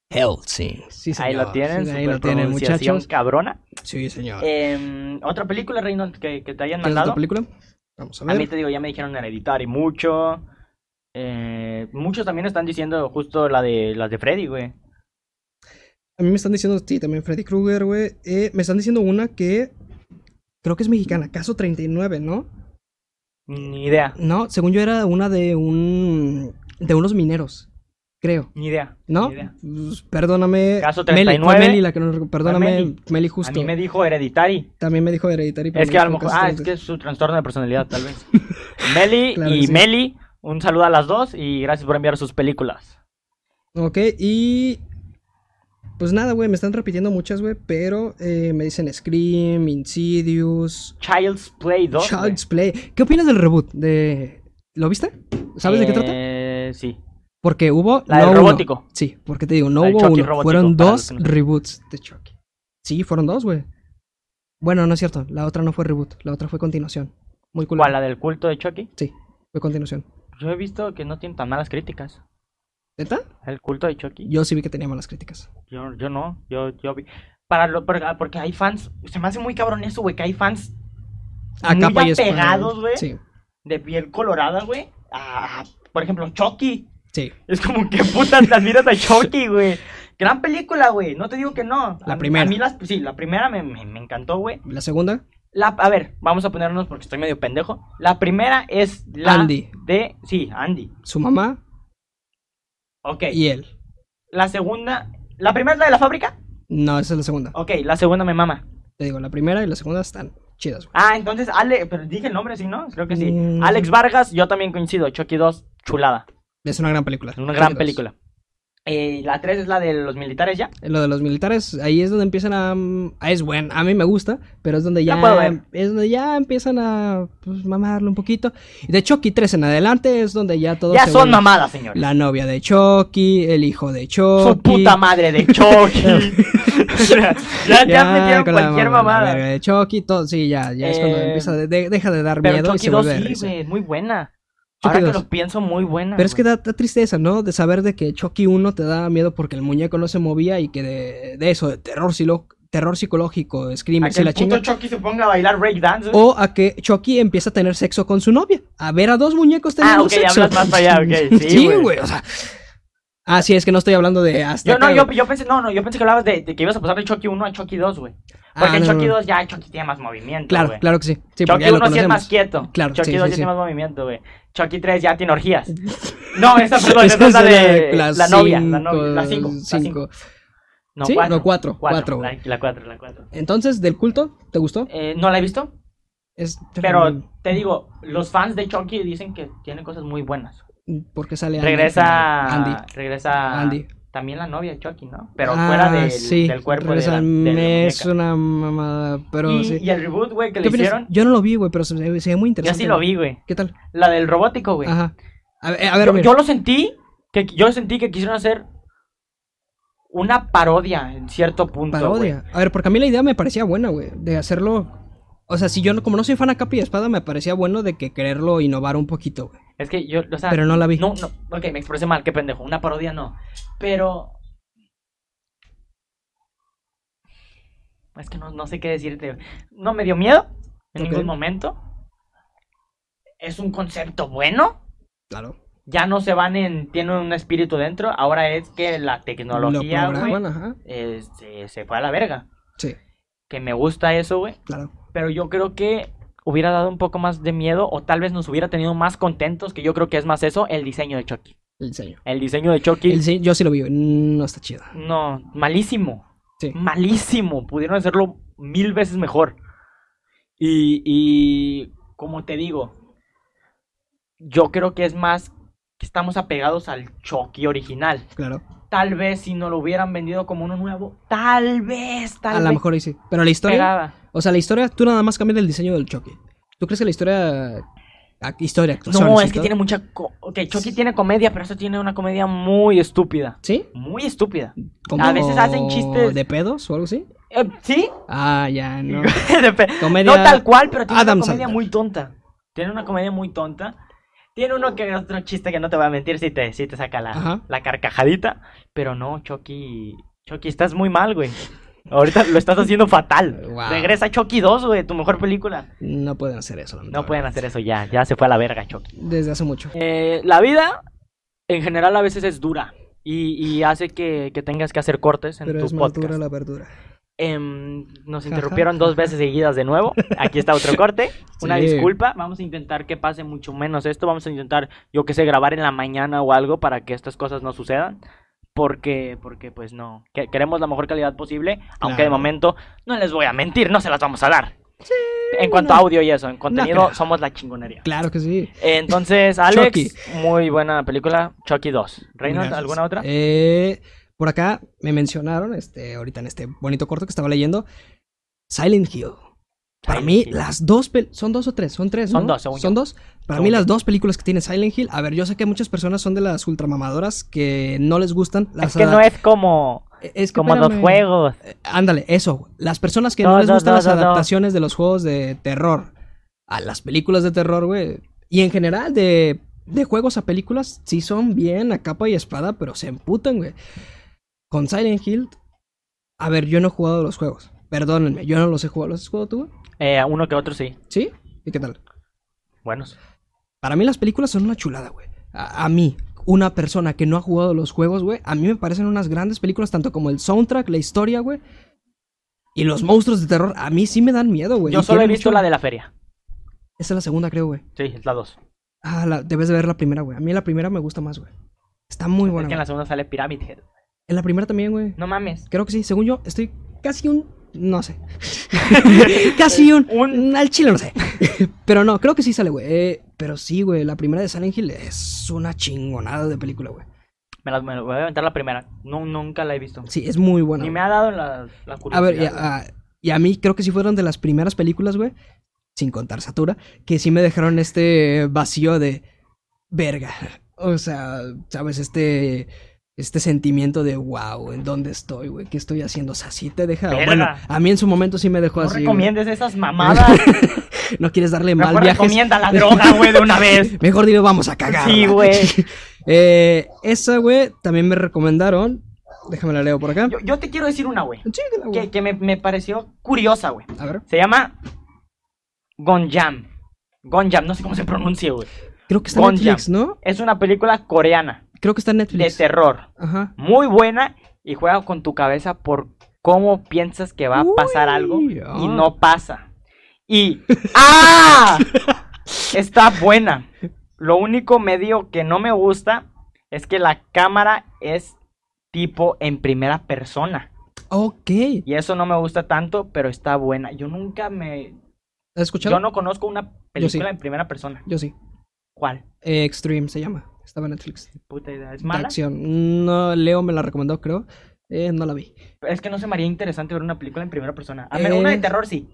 A: Helsing. Sí,
B: Ahí lo
A: señor.
B: tienen,
A: Sí,
B: super
A: ahí lo tienen,
B: pronunciación
A: muchachos.
B: cabrona.
A: Sí, señor.
B: Em, otra película, Reynolds, que, que te hayan
A: ¿Tienes otra
B: mandado.
A: película? Vamos a
B: A mí
A: ver.
B: te digo, ya me dijeron Hereditary mucho. Eh, muchos también están diciendo justo la de las de Freddy, güey.
A: A mí me están diciendo, sí, también Freddy Krueger, güey. Eh, me están diciendo una que creo que es mexicana, caso 39, ¿no?
B: Ni idea,
A: No, según yo era una de un de unos mineros, creo,
B: ni idea.
A: ¿no?
B: ni idea.
A: Pues, Perdóname.
B: Caso
A: Meli- fue
B: 39.
A: Meli la que nos- perdóname,
B: Fue
A: Meli,
B: Meli.
A: justo.
B: A mí me dijo Hereditary.
A: También me dijo Hereditary. pero
B: Es
A: me
B: que a lo
A: dijo
B: mejor.
A: casi
B: Ah, es
A: 30.
B: que es su trastorno de personalidad, tal
A: [LAUGHS]
B: vez. Meli
A: Claro que
B: y
A: sí.
B: Meli, un saludo a las dos y gracias por enviar sus películas.
A: Ok, y pues nada, güey, me están repitiendo muchas, güey, pero eh, me dicen Scream, Insidious,
B: Child's Play 2. güey.
A: Child's Play. ¿Qué opinas del reboot de ¿Lo viste? ¿Sabes de qué trata?
B: Eh, Sí.
A: Porque hubo
B: La del
A: no uno.
B: robótico.
A: Sí, porque te digo, no
B: La del
A: hubo
B: Chucky
A: uno.
B: robótico,
A: fueron
B: para
A: dos
B: los que no-
A: reboots de Chucky. Sí, fueron dos, güey. Bueno, no es cierto. La otra no fue reboot. La otra fue continuación. Muy cool.
B: ¿Cuál? ¿La del culto de Chucky?
A: Sí, fue continuación.
B: Yo he visto que no tienen tan malas críticas.
A: ¿Neta?
B: El culto de Chucky.
A: Yo sí vi que tenía malas críticas.
B: Yo, yo no, yo, yo vi. Para lo, para- porque hay fans, se me hace muy cabrón eso, güey, que hay fans
A: A
B: Muy
A: capa y espada,
B: apegados, güey.
A: Sí,
B: de piel colorada, güey. a- por ejemplo, Chucky.
A: sí.
B: Es como que putas las miras a Chucky, güey. Gran película, güey. No te digo que no.
A: La
B: A-
A: primera.
B: A mí las, sí, la primera me, me, me encantó, güey.
A: La segunda,
B: La, a ver, vamos a ponernos porque estoy medio pendejo. La primera es la
A: Andy.
B: de. Sí, Andy.
A: su mamá
B: Ok.
A: y él.
B: La segunda. La primera es la de la fábrica.
A: No, esa es la segunda.
B: Ok, la segunda me mama.
A: Te digo, la primera y la segunda están chidas, güey.
B: Ah, entonces, Ale, pero dije el nombre, ¿sí, no? Creo que sí.
A: Mm.
B: Alex Vargas, yo también coincido. Chucky 2, chulada.
A: Es una gran película.
B: Una gran
A: Chidos.
B: película. Eh, la 3 es la de los militares ya.
A: Lo de los militares, ahí es donde empiezan a... mm, ah, es bueno, a mí me gusta, pero es donde
B: La
A: ya...
B: puedo ver.
A: Es donde ya empiezan a pues, mamarlo un poquito. Y de Chucky 3 en adelante es donde ya todos...
B: Ya
A: se
B: son
A: vuelven-
B: mamadas, señores.
A: La novia de Chucky, el hijo de Chucky.
B: Su puta madre
A: [LAUGHS]
B: de Chucky. [LAUGHS] O sea, ya, ya, metieron
A: con la
B: cualquier
A: mamá, la
B: mamada.
A: verga de Chucky, todo, sí, ya, ya es cuando
B: Eh,
A: empieza, de- de- deja de dar
B: Pero
A: miedo y
B: Chucky
A: se
B: 2
A: vuelve de
B: sí,
A: risa.
B: güey, es muy buena.
A: Chucky
B: Ahora que
A: 2.
B: lo pienso, muy buena.
A: Pero es que
B: güey.
A: da, da tristeza, ¿no? De saber de que Chucky 1 te da miedo porque el muñeco no se movía y que de, de eso, de terror, silo- terror psicológico,
B: A
A: screamers
B: que
A: y
B: el
A: pues, la chinga.
B: puto
A: Oh,
B: Chucky se ponga a bailar breakdance. güey.
A: O a que Chucky empieza a tener sexo con su novia. A ver a dos muñecos
B: ah,
A: teniendo
B: ok,
A: sexo.
B: hablas más para allá,
A: [LAUGHS]
B: ok. Sí,
A: Sí, güey, o sea. Ah, sí, es que no estoy hablando de hasta.
B: Yo, no,
A: acá,
B: yo,
A: güey.
B: yo pensé, no, no, yo pensé que hablabas de, de que ibas a pasar de Chucky 1 a Chucky 2, güey. Porque
A: Ah,
B: en
A: no, no,
B: Chucky
A: no.
B: 2 ya Chucky tiene más movimiento,
A: Claro,
B: güey.
A: claro que sí. sí porque
B: Chucky
A: ya lo
B: 1 sí es más
A: conocemos.
B: quieto.
A: Claro,
B: Chucky
A: sí,
B: 2
A: sí,
B: ya
A: sí.
B: tiene más movimiento, güey. Chucky 3 ya
A: [LAUGHS]
B: tiene orgías. No, esa, perdón,
A: Esa
B: esa es la
A: es
B: de la, novia,
A: cinco,
B: la novia, la 5.
A: cinco. Sí, no, cuatro, cuatro, güey.
B: La 4, la 4.
A: Entonces, ¿del culto? ¿Te gustó?
B: Eh, no la he visto,
A: Es-
B: pero te digo, los fans de Chucky dicen que tiene cosas muy buenas.
A: Porque mm, sale Andy.
B: Regresa
A: Andy.
B: regresa
A: Andy.
B: también la novia de Chucky, ¿no? Pero
A: Ah,
B: fuera del,
A: sí,
B: del cuerpo de la,
A: regresan,
B: de la
A: Es
B: muñeca.
A: una mamada, pero
B: y,
A: sí.
B: y el reboot, güey, que
A: ¿Qué
B: le
A: opinas?
B: hicieron,
A: Yo no lo vi, güey, pero se, se ve muy
B: yo
A: interesante.
B: sí lo
A: güey.
B: vi, güey.
A: ¿Qué tal?
B: La del robótico, güey.
A: Ajá. A ver, eh, a ver,
B: Yo,
A: mira.
B: yo lo sentí, que yo sentí que quisieron hacer una parodia en cierto punto, güey.
A: parodia. A ver, porque a mí la idea me parecía buena, güey, de hacerlo. O sea, si yo no, como no soy fan a capa y espada, me parecía bueno de que quererlo innovar un poquito, güey.
B: Es que yo, o sea,
A: Pero no la vi.
B: No, no, ok, me expresé mal, qué pendejo. Una parodia no. Pero. Es que no, no sé qué decirte. No me dio miedo en
A: Ok.
B: ningún momento. Es un concepto bueno.
A: Claro.
B: Ya no se van en. Tienen un espíritu dentro. Ahora es que la tecnología,
A: lo
B: güey,
A: programan, ajá.
B: eh, se, se fue a la verga.
A: Sí,
B: Que me gusta eso, güey.
A: claro.
B: Pero yo creo que hubiera dado un poco más de miedo. O tal vez nos hubiera tenido más contentos. Que yo creo que es más eso. El diseño de Chucky.
A: El diseño.
B: El diseño de Chucky.
A: El diseño- yo sí lo vi, güey. No está chido.
B: No, malísimo.
A: Sí.
B: Malísimo. Pudieron hacerlo mil veces mejor. Y, y como te digo, yo creo que es más que estamos apegados al Chucky original.
A: Claro.
B: Tal vez si no lo hubieran vendido como uno nuevo, tal vez, tal
A: A
B: vez.
A: lo mejor ahí sí. Pero la historia.
B: pegaba.
A: O sea, la historia, tú nada más cambias el diseño del Chucky. ¿Tú crees que la historia. a- historia, actuación.
B: No, es que tiene mucha. co- ok, Chucky tiene comedia, pero eso tiene una comedia muy estúpida.
A: ¿Sí?
B: Muy estúpida.
A: Como
B: A veces hacen chistes-
A: ¿De pedos o algo así?
B: Eh, ¿Sí? [LAUGHS]
A: Ah, ya, no.
B: De pe-
A: Comedia.
B: No tal cual, pero tiene
A: Adam
B: una comedia
A: Sandler.
B: muy tonta. Tiene una comedia muy tonta. Tiene uno que otro chiste que no te va a mentir si te, si te saca la,
A: Ajá.
B: la carcajadita. Pero no, Chucky. Chucky, estás muy mal, güey. Ahorita lo estás haciendo fatal.
A: Wow.
B: Regresa Chucky 2, güey, tu mejor película.
A: No pueden hacer eso.
B: No
A: lamentablemente.
B: pueden hacer eso ya, ya se fue a la verga, Chucky.
A: Desde hace mucho.
B: Eh, la vida, en general, a veces es dura. Y, y hace que, que tengas que hacer cortes en
A: Pero
B: tu
A: es más
B: podcast.
A: dura la verdura.
B: Em, nos
A: Ajá.
B: interrumpieron dos veces seguidas de nuevo. Aquí está otro
A: [LAUGHS]
B: corte. Una
A: Sí.
B: disculpa. Vamos a intentar que pase mucho menos esto. Vamos a intentar, yo que sé, grabar en la mañana o algo para que estas cosas no sucedan. Porque, porque pues no. Que- queremos la mejor calidad posible. Aunque de
A: Claro.
B: momento no les voy a mentir, no se las vamos a dar. en cuanto
A: no.
B: a audio y eso, en contenido
A: creo.
B: somos la chingonería.
A: Claro que sí.
B: Entonces, [LAUGHS] Alex,
A: Chucky.
B: muy buena película. Chucky 2. Reynolds,
A: Gracias.
B: ¿alguna otra?
A: Eh, por acá me mencionaron, este, ahorita en este bonito corto que estaba leyendo, Silent Hill. Para
B: Silent
A: mí,
B: Hill.
A: las dos pel- son dos o tres, son tres,
B: Son
A: ¿no?
B: dos, según
A: Son
B: yo.
A: dos. Para
B: Según
A: mí,
B: yo.
A: las dos películas que tiene Silent Hill. A ver, yo sé que muchas personas son de las ultramamadoras que no les gustan las
B: es que no es como,
A: es que
B: como los
A: espérame.
B: juegos.
A: Eh, Ándale, eso. güey. Las personas que
B: No,
A: no, les
B: no,
A: gustan
B: no,
A: las
B: no, no.
A: adaptaciones de los juegos de terror a las películas de terror, güey. Y en general, de, de juegos a películas, sí son bien a capa y espada, pero se emputan, güey. Con Silent Hill, a ver, yo no he jugado los juegos. Perdónenme, yo no los he jugado. ¿Los has jugado tú, güey?
B: Eh, uno que otro sí.
A: ¿Sí? ¿Y qué tal?
B: Buenos.
A: Para mí las películas son una chulada, güey. A, a mí, una persona que no ha jugado los juegos, güey, a mí me parecen unas grandes películas, tanto como el soundtrack, la historia, güey. Y los monstruos de terror, a mí sí me dan miedo, güey.
B: Yo
A: Y
B: solo he
A: tienen
B: visto
A: mucho-
B: la de la feria.
A: Esa es la segunda, creo, güey.
B: Sí, es la 2.
A: Ah, la- debes de ver la primera, güey. A mí la primera me gusta más, güey. Está muy
B: es
A: buena.
B: que en
A: güey.
B: la segunda sale Pyramid Head.
A: En la primera también, güey.
B: No mames.
A: Creo que sí. Según yo, estoy casi un... No
B: [LAUGHS]
A: sé. casi un...
B: Un-
A: Al chile no sé. [LAUGHS] pero no, creo que sí sale, güey. Eh, pero sí, güey. La primera de Silent Hill es una chingonada de película, güey.
B: Me, las, me voy a aventar la primera. No, nunca la he visto.
A: Sí, es muy buena.
B: Ni
A: güey.
B: me ha dado la, la
A: A
B: curiosidad.
A: ver, ah, y
B: güey.
A: a, a- y a mí creo que sí fueron de las primeras películas, güey, sin contar Satura, que sí me dejaron este vacío de verga. O sea, ¿sabes? Este este sentimiento de wow, ¿en dónde estoy, güey? ¿Qué estoy haciendo? O sea, sí te deja...
B: Verga.
A: Bueno, a mí en su momento sí me dejó
B: No
A: así. güey. [LAUGHS]
B: recomiendes esas mamadas.
A: No quieres darle mal
B: Mejor
A: viajes.
B: recomienda la droga, güey, de una
A: [LAUGHS]
B: vez.
A: Mejor dime, vamos a cagar.
B: Sí,
A: ¿va?
B: güey.
A: [LAUGHS] Eh, esa, güey, también me recomendaron. Déjame la leo por acá.
B: Yo, yo te quiero decir una, güey.
A: Chíguela, güey.
B: Que, que me, me pareció curiosa, güey.
A: A ver.
B: Se llama Gonjam. Gonjam, no sé cómo se pronuncia, güey.
A: Creo que está en
B: Gonja.
A: Netflix, ¿no?
B: Es una película coreana
A: Creo que está en
B: de
A: Netflix.
B: terror.
A: Ajá.
B: Muy buena y juega con tu cabeza por cómo piensas que va a pasar
A: Uy,
B: algo
A: ah.
B: y no pasa. Y [LAUGHS] ¡Ah! Está buena. Lo único medio que no me gusta es que la cámara es tipo en primera persona.
A: Ok.
B: Y eso no me gusta tanto, pero está buena. Yo nunca me...
A: ¿Has escuchado?
B: Yo no conozco una película en primera persona.
A: Yo sí.
B: ¿Cuál?
A: Eh, Extreme se llama. Estaba en Netflix.
B: Puta idea. ¿Es
A: De
B: mala?
A: acción. No, Leo me la recomendó, creo. Eh, no la vi.
B: Es que no se me haría interesante ver una película en primera persona. A ver, una de
A: Es-
B: terror sí.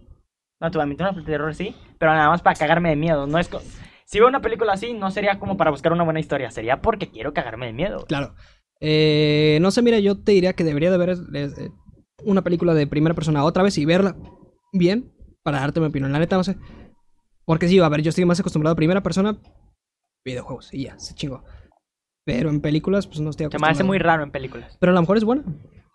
B: No, te voy a mentir, una de terror sí, pero nada más para cagarme de miedo. No es co- Si veo una película así, no sería como para buscar una buena historia, sería porque quiero cagarme de miedo.
A: Claro. Eh, no sé, mira, yo te diría que debería de ver eh, una película de primera persona otra vez y verla bien para darte mi opinión. La neta, no sé. Porque sí, a ver, yo estoy más acostumbrado a primera persona, videojuegos y ya, se chingó. Pero en películas, pues no estoy
B: Se me hace
A: acostumbrado.
B: muy raro en películas.
A: Pero a lo mejor es buena. A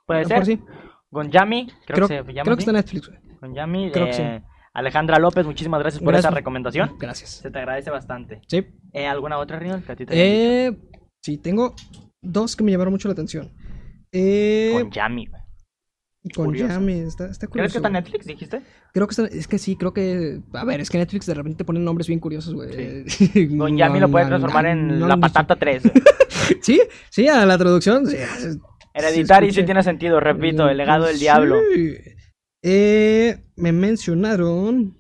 B: Puede
A: lo mejor
B: ser.
A: sí.
B: Gonjami, creo,
A: Creo,
B: que se
A: creo
B: llama
A: que
B: así.
A: está en Netflix. güey.
B: Gonjami,
A: creo que
B: eh, Alejandra López, muchísimas gracias por
A: Gracias.
B: esa recomendación.
A: Gracias.
B: Se te agradece bastante.
A: Sí.
B: Eh, ¿Alguna otra reunión que a ti te hayan dicho?
A: Eh, sí, tengo dos que me llamaron mucho la atención. Eh,
B: Gonjami, güey.
A: con
B: curioso.
A: Yami, está, está
B: ¿Crees
A: curioso.
B: que está en Netflix, dijiste?
A: Creo que está- es que sí, creo que. A ver, es que Netflix de repente pone nombres bien curiosos, güey. [LAUGHS]
B: Gonjami lo puede
A: puedes
B: transformar en La Patata 3. güey.
A: [LAUGHS] Sí, sí, a la traducción. Sí,
B: Hereditary sí
A: escuché.
B: tiene sentido, repito, el legado del
A: Sí.
B: diablo.
A: Eh, me mencionaron.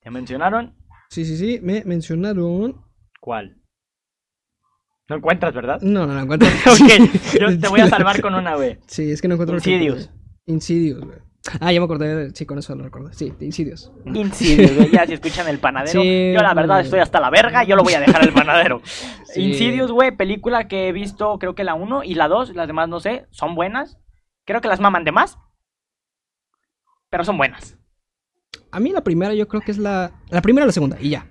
B: ¿Te mencionaron?
A: Sí, sí, sí, me mencionaron.
B: ¿Cuál? No
A: [LAUGHS]
B: encuentras, ¿verdad? [LAUGHS]
A: No, no la encuentro.
B: ok, yo te voy a salvar con una,
A: [LAUGHS]
B: güey.
A: Sí, es que no encuentro. el
B: Insidious.
A: título. Insidious, güey. Ah, ya me acordé. de- Sí, con eso lo recordé. Sí, de Insidious.
B: Insidious, güey. Ya si escuchan el panadero,
A: Sí,
B: yo la verdad
A: güey.
B: estoy hasta la verga, yo lo voy a dejar al panadero.
A: [LAUGHS] Sí.
B: Insidious, güey, película que he visto, creo que la 1 y la 2, las demás no sé, son buenas. Creo que las maman de más. Pero son buenas.
A: A mí la primera yo creo que es la... La primera o la segunda, y ya.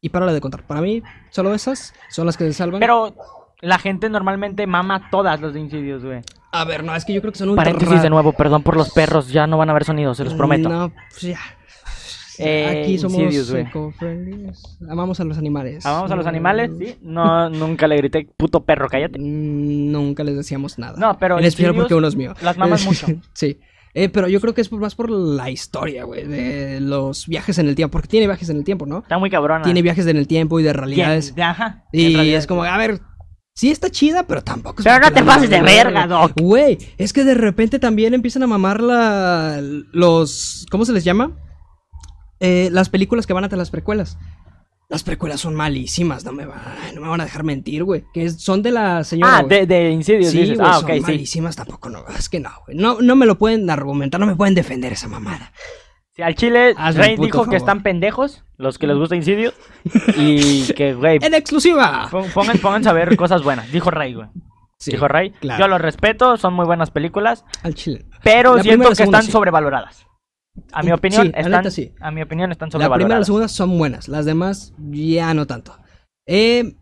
A: Y para la de contar. Para mí, solo esas son las que se salvan.
B: Pero la gente normalmente mama todas las de Insidious, güey.
A: A ver, no, es que yo creo que son un
B: Paréntesis de nuevo, perdón por los perros, ya no van a haber sonidos, se los prometo.
A: No, pues ya.
B: Eh,
A: Aquí somos
B: Insidious, güey.
A: ecofriendlies. Amamos a los animales.
B: Amamos Ah, a los animales,
A: Mm,
B: sí. No, nunca le grité, puto perro, cállate.
A: mm, Nunca les decíamos nada.
B: No, pero
A: En especial
B: Insidious
A: porque uno es mío.
B: las mamas mucho.
A: [LAUGHS] sí. Eh, pero yo creo que es por- más por la historia, güey, de los viajes en el tiempo. Porque tiene viajes en el tiempo, ¿no?
B: Está muy cabrona.
A: Tiene viajes en el tiempo y de
B: Tien-
A: realidades.
B: Ajá.
A: Y
B: en realidad.
A: es como, a ver, sí está chida, pero tampoco es
B: Pero
A: para
B: no te
A: la
B: pases de
A: verga.
B: verga, Doc.
A: Güey, es que de repente también empiezan a mamar la, los... ¿Cómo se les llama? Eh, las películas que van hasta las precuelas. Las precuelas son malísimas, no me, va- no me van a dejar mentir, güey. Que es- son de la señora...
B: Ah,
A: güey.
B: de, de Insidious
A: Sí,
B: dices.
A: güey,
B: ah,
A: son
B: ok, sí.
A: malísimas, tampoco no, es que no, güey. No, no me lo pueden argumentar, no me pueden defender esa mamada.
B: Sí, Al chile,
A: Hazme
B: Rey
A: un puto
B: dijo que
A: favor.
B: están pendejos, los que les gusta Insidious.
A: [LAUGHS]
B: y que, güey,
A: ¡En exclusiva!
B: pon- pongan, pónganse a ver cosas buenas. Dijo Rey, güey.
A: Sí,
B: dijo Rey.
A: claro.
B: Yo los respeto, son muy buenas películas,
A: al chile.
B: pero
A: La
B: siento
A: primera,
B: que
A: segunda,
B: están
A: sí.
B: sobrevaloradas. A mi opinión,
A: Sí, la
B: están,
A: neta, sí.
B: a mi opinión están
A: La primera y la
B: sobrevaloradas.
A: segunda son buenas, las demás ya no tanto. Eh,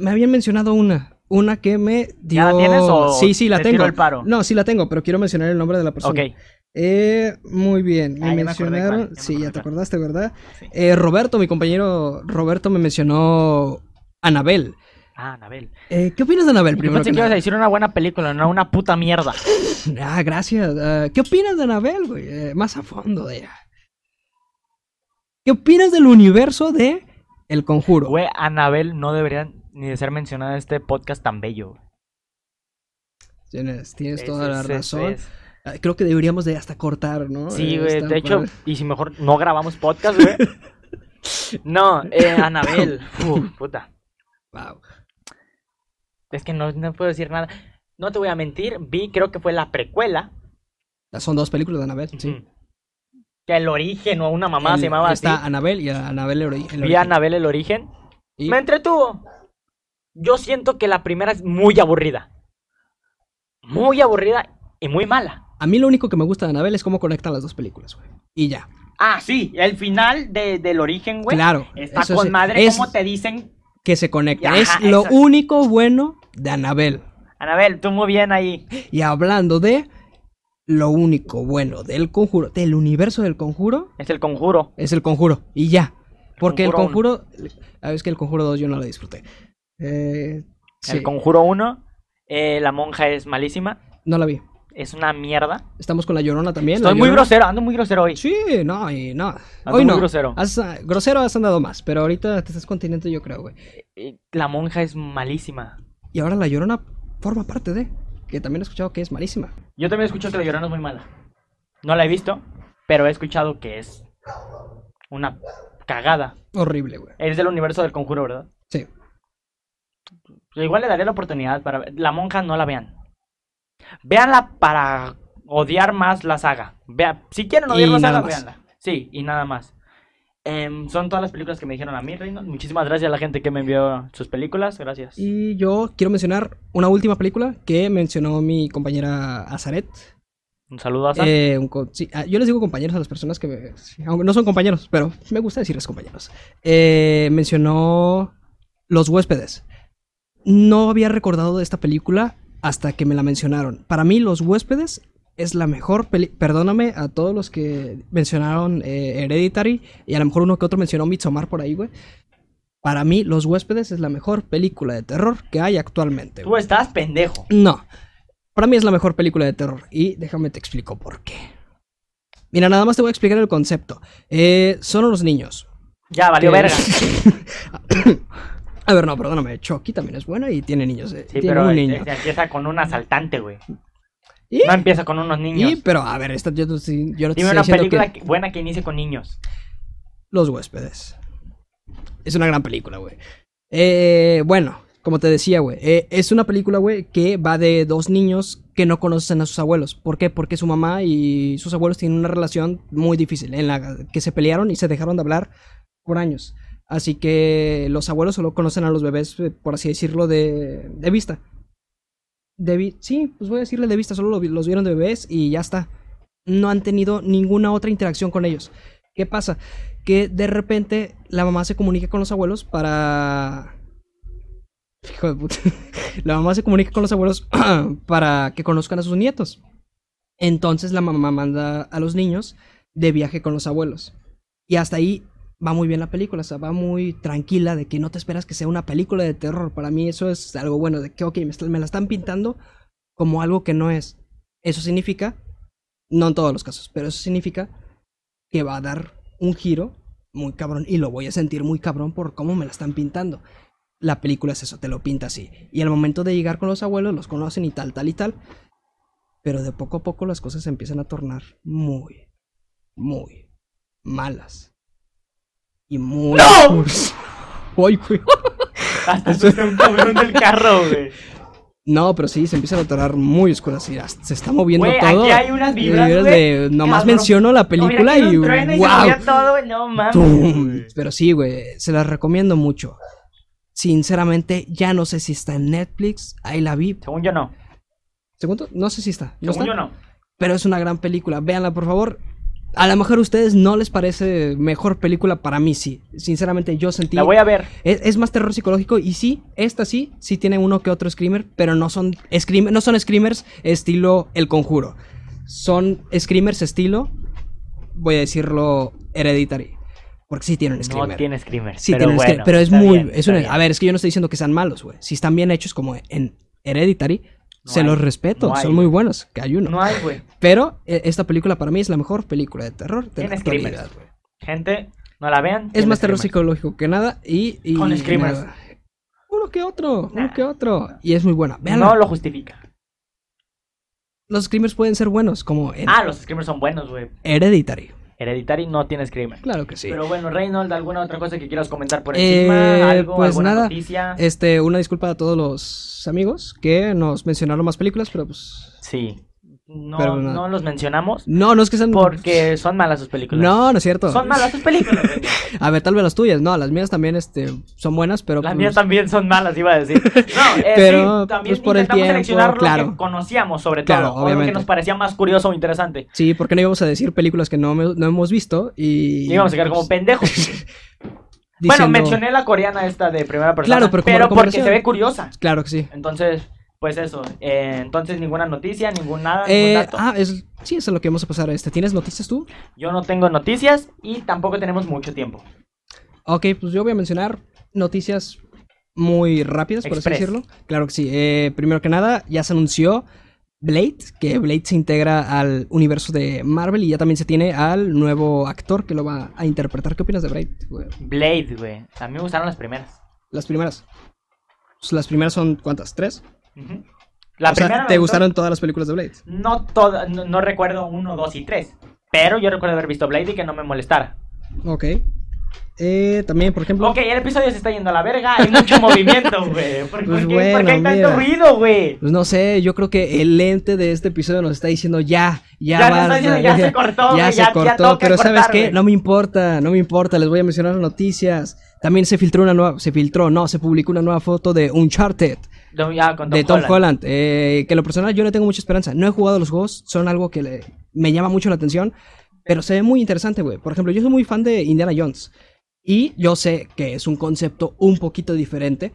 A: me habían mencionado una, una que me dio...
B: ¿Ya la tienes o
A: Sí, sí, la
B: te
A: tengo.
B: tiro el paro?
A: No, sí la tengo, pero quiero mencionar el nombre de la persona.
B: ok.
A: Eh, muy bien, me
B: Ah, ya me acordé
A: mencionaron...
B: cuál, ya me
A: sí,
B: acordé
A: ya te
B: cuál.
A: acordaste, ¿verdad?
B: Sí.
A: Eh, Roberto, mi compañero Roberto me mencionó Anabel.
B: Ah, Anabel.
A: Eh, ¿Qué opinas de Anabel,
B: Yo
A: primero
B: pensé
A: que
B: que ibas a
A: nada?
B: decir una buena película, no una puta mierda.
A: [LAUGHS] Ah, gracias. Ah, ¿Qué opinas de Anabel, güey? Eh, más a fondo de ella. ¿Qué opinas del universo de El Conjuro?
B: Güey, Anabel no debería ni de ser mencionada en este podcast tan bello. güey.
A: Tienes, tienes
B: Es-
A: toda la
B: es- es-
A: razón.
B: es-
A: Ah, Creo que deberíamos de hasta cortar, ¿no?
B: Sí,
A: Eh,
B: güey.
A: esta
B: De hecho,
A: parte.
B: y si mejor no grabamos podcast,
A: [LAUGHS]
B: güey. No, eh, Anabel. Uf, puta.
A: Wow.
B: Es que no, no puedo decir nada. No te voy a mentir, vi, creo que fue la precuela.
A: Son dos películas de Annabelle, sí.
B: Ujú. Que el origen o una mamá
A: El-
B: se llamaba
A: Está
B: así.
A: Annabelle y Annabelle el, ori- el
B: Vi a
A: origen.
B: Anabel el origen.
A: Y-
B: Me entretuvo. Yo siento que la primera es muy aburrida. Muy aburrida y muy mala.
A: A mí lo único que me gusta de Annabelle es cómo conectan las dos películas, güey. Y ya.
B: Ah, sí, el final de, del origen, güey.
A: claro.
B: Está
A: eso
B: con
A: sí,
B: madre,
A: es
B: como te dicen.
A: que se conecta.
B: Ajá,
A: es lo
B: eso.
A: único bueno de Annabelle.
B: Anabel, tú muy bien ahí.
A: Y hablando de lo único bueno del conjuro, del universo del conjuro,
B: Es el conjuro.
A: es el conjuro. Y ya. Porque el
B: Conjuro
A: conjuro. Ah, es que el conjuro 2 yo no lo disfruté. Eh, sí,
B: El conjuro 1. eh, la monja es malísima.
A: no la vi.
B: Es una mierda.
A: Estamos con la llorona también.
B: Estoy
A: la
B: muy
A: Llorona.
B: grosero, ando muy grosero hoy.
A: Sí, no, y no.
B: Ando
A: Hoy
B: muy
A: no.
B: grosero.
A: Has, ah, grosero has andado más, pero ahorita te estás continente, yo creo, güey.
B: Eh, La monja es malísima.
A: Y ahora la llorona forma parte de. Que también he escuchado que es malísima.
B: Yo también he escuchado que la llorona es muy mala. No la he visto, pero he escuchado que es una cagada.
A: Horrible, güey.
B: Es del universo del conjuro, ¿verdad?
A: Sí.
B: Pero Igual le daré la oportunidad para ver. La monja no la vean. Veanla para odiar más la saga. Vea, si quieren odiar
A: Y
B: la
A: nada
B: saga,
A: más.
B: veanla. Sí, y nada más. Em, son todas las películas que me dijeron a mí, Reynolds. Muchísimas gracias a la gente que me envió sus películas. Gracias.
A: Y yo quiero mencionar una última película que mencionó mi compañera Azaret.
B: Un saludo a Sam.
A: Eh, un co- sí, ah, yo les digo compañeros a las personas que me- sí, aunque no son compañeros, pero me gusta decirles compañeros. Eh, mencionó Los huéspedes. No había recordado de esta película hasta que me la mencionaron. Para mí Los huéspedes es la mejor peli... Perdóname a todos los que mencionaron eh, Hereditary y a lo mejor uno que otro mencionó Midsommar por ahí, güey. Para mí Los huéspedes es la mejor película de terror que hay actualmente.
B: Tú
A: güey.
B: estás pendejo.
A: No. Para mí es la mejor película de terror. Y déjame te explico por qué. Mira, nada más te voy a explicar el concepto. Eh, son unos niños.
B: Ya, valió
A: que-
B: verga.
A: [LAUGHS] a ver, no, perdóname. Chucky también es buena y tiene niños. eh,
B: Sí,
A: tiene
B: pero
A: un
B: eh,
A: niño.
B: eh, empieza con un asaltante, güey.
A: ¿Y?
B: No empieza con unos niños.
A: Y, pero a ver, esta, yo, no estoy- yo no te
B: Dime
A: estoy
B: una
A: diciendo
B: película
A: que...
B: que- buena que inicie
A: [LAUGHS]
B: con niños.
A: Los huéspedes. Es una gran película, güey. Eh, bueno, como te decía, güey. eh, es una película, güey, que va de dos niños que no conocen a sus abuelos. ¿Por qué? Porque su mamá y sus abuelos tienen una relación muy difícil, en la que se pelearon y se dejaron de hablar por años. Así que los abuelos solo conocen a los bebés, eh, por así decirlo, de, de vista. De vi- sí, pues voy a decirle de vista, solo lo vi- los vieron de bebés y ya está. No han tenido ninguna otra interacción con ellos. ¿Qué pasa? que de repente la mamá se comunica con los abuelos para. Hijo de puta. [LAUGHS] La mamá se comunica con los abuelos [CLEARS THROAT] para que conozcan a sus nietos. Entonces la mamá manda a los niños de viaje con los abuelos. Y hasta ahí va muy bien la película, o sea, va muy tranquila de que no te esperas que sea una película de terror. Para mí eso es algo bueno, de que, ok, me, está- me la están pintando como algo que no es. Eso significa, no en todos los casos, pero eso significa que va a dar un giro muy cabrón y lo voy a sentir muy cabrón por cómo me la están pintando. La película es eso, te lo pinta así. Y al momento de llegar con los abuelos, los conocen y tal, tal y tal. Pero de poco a poco las cosas se empiezan a tornar muy, muy malas. Y muy...
B: ¡No!
A: oscuras. [LAUGHS] Ay, güey.
B: Hasta asusté un cabrón del carro, güey.
A: No, pero sí, se empiezan a tornar muy oscuras. y as- se está moviendo
B: Güey,
A: todo.
B: aquí hay unas vibras,
A: Vibras
B: güey.
A: de- nomás
B: Cabrón.
A: menciono la película
B: Oye, aquí
A: y,
B: un trueno se
A: wow.
B: movía todo, güey. no mames.
A: ¡Tum!
B: güey.
A: Pero sí, güey, se las recomiendo mucho. Sinceramente, ya no sé si está en Netflix. Ahí la vi.
B: Según yo no.
A: Segundo, no sé si está. ¿No está?
B: Según yo no.
A: Pero es una gran película. Véanla, por favor. A lo mejor a ustedes no les parece mejor película. Para mí sí. Sinceramente, yo sentí.
B: La voy a ver.
A: Es, es más terror psicológico y sí, esta sí, sí tiene uno que otro screamer, pero no son, scream- no son screamers estilo El Conjuro. Son screamers estilo, voy a decirlo, Hereditary. Porque sí tienen screamer.
B: No tiene screamers.
A: sí
B: pero
A: tienen screamer,
B: bueno,
A: pero es
B: está
A: muy...
B: bien,
A: es
B: está
A: una-
B: bien.
A: a ver, es que yo no estoy diciendo que sean malos, güey. Si están bien hechos como en Hereditary,
B: No
A: se
B: hay,
A: los respeto,
B: no hay,
A: son muy
B: güey.
A: buenos, que hay uno.
B: No hay, güey.
A: Pero eh, esta película para mí es la mejor película de terror de la
B: Tiene screamers.
A: actualidad, güey.
B: Gente, no la vean.
A: Es
B: tiene
A: más terror
B: screamers.
A: psicológico que nada y... y
B: Con screamers.
A: nada. Uno que otro,
B: Nah.
A: uno que otro. Y es muy buena. Véanla.
B: No lo justifica.
A: Los screamers pueden ser buenos, como en
B: Ah, los screamers son buenos, güey.
A: Hereditary.
B: Hereditary no tiene Screamer.
A: Claro que sí.
B: Pero bueno, Reynold, ¿alguna otra cosa que quieras comentar por
A: Eh,
B: encima? ¿Algo?
A: pues
B: ¿Alguna
A: nada.
B: noticia?
A: Este, una disculpa a todos los amigos que nos mencionaron más películas, pero pues.
B: Sí. No,
A: Pero nada.
B: no los mencionamos
A: No, no es que sean.
B: porque son malas sus películas.
A: No, no es cierto.
B: Son malas sus películas. Reynold.
A: A ver, tal vez las tuyas. No, las mías también este, son buenas, pero.
B: Las
A: pues,
B: mías también son malas, iba a decir. No, eh,
A: Pero,
B: sí, también
A: pues, por el
B: intentamos
A: tiempo,
B: seleccionar lo que
A: claro.
B: conocíamos, sobre todo,
A: Claro,
B: o lo que
A: obviamente.
B: nos parecía más curioso o interesante.
A: Sí, porque no íbamos a decir películas que no, me- no hemos visto y.
B: Y íbamos a quedar como
A: pues, [LAUGHS]
B: pendejos. Bueno,
A: diciendo-
B: mencioné la coreana esta de primera persona,
A: Claro, pero como
B: porque
A: recomendación.
B: se ve curiosa.
A: Claro que sí.
B: Entonces, pues eso. eh, entonces, ninguna noticia, ningún nada,
A: Eh,
B: ningún dato.
A: ah, es, sí, eso es lo que vamos a pasar. Este, ¿Tienes noticias tú?
B: Yo no tengo noticias y tampoco tenemos mucho tiempo.
A: Ok, pues yo voy a mencionar noticias muy rápidas, por
B: Express.
A: así decirlo. Claro que sí. Eh, primero que nada, ya se anunció Blade, que Blade se integra al universo de Marvel y ya también se tiene al nuevo actor que lo va a interpretar. ¿Qué opinas de Blade? güey?
B: Blade, güey. A mí me gustaron las primeras.
A: Las primeras. Pues, las primeras son cuántas? ¿Tres?
B: Ujú. La
A: O sea,
B: primera me
A: ¿Te
B: gustó.
A: gustaron todas las películas de Blade?
B: No, toda, no, no recuerdo uno, dos y tres. Pero yo recuerdo haber visto Blade y que no me molestara.
A: Ok. Eh, también, por ejemplo.
B: Ok, el episodio se está yendo a la verga. Hay
A: [LAUGHS]
B: mucho movimiento, güey. ¿Por, por
A: Pues
B: qué- por
A: bueno,
B: qué hay
A: mira.
B: tanto ruido, güey?
A: Pues no sé, yo creo que el lente de este episodio nos está diciendo ya, ya,
B: Ya nos
A: basta,
B: está diciendo,
A: [LAUGHS]
B: ya se cortó, güey,
A: ya se
B: ya- ya
A: cortó,
B: tengo que
A: pero ¿sabes
B: cortar,
A: qué?
B: güey.
A: No me importa, no me importa, les voy a mencionar las noticias. También se filtró una nueva, se filtró, no, se publicó una nueva foto de Uncharted
B: No, ya, con Tom
A: de Tom
B: Holland.
A: Holland, eh, que en lo personal yo no tengo mucha esperanza. No he jugado los juegos, son algo que le- me llama mucho la atención, pero se ve muy interesante, güey. Por ejemplo, yo soy muy fan de Indiana Jones y yo sé que es un concepto un poquito diferente,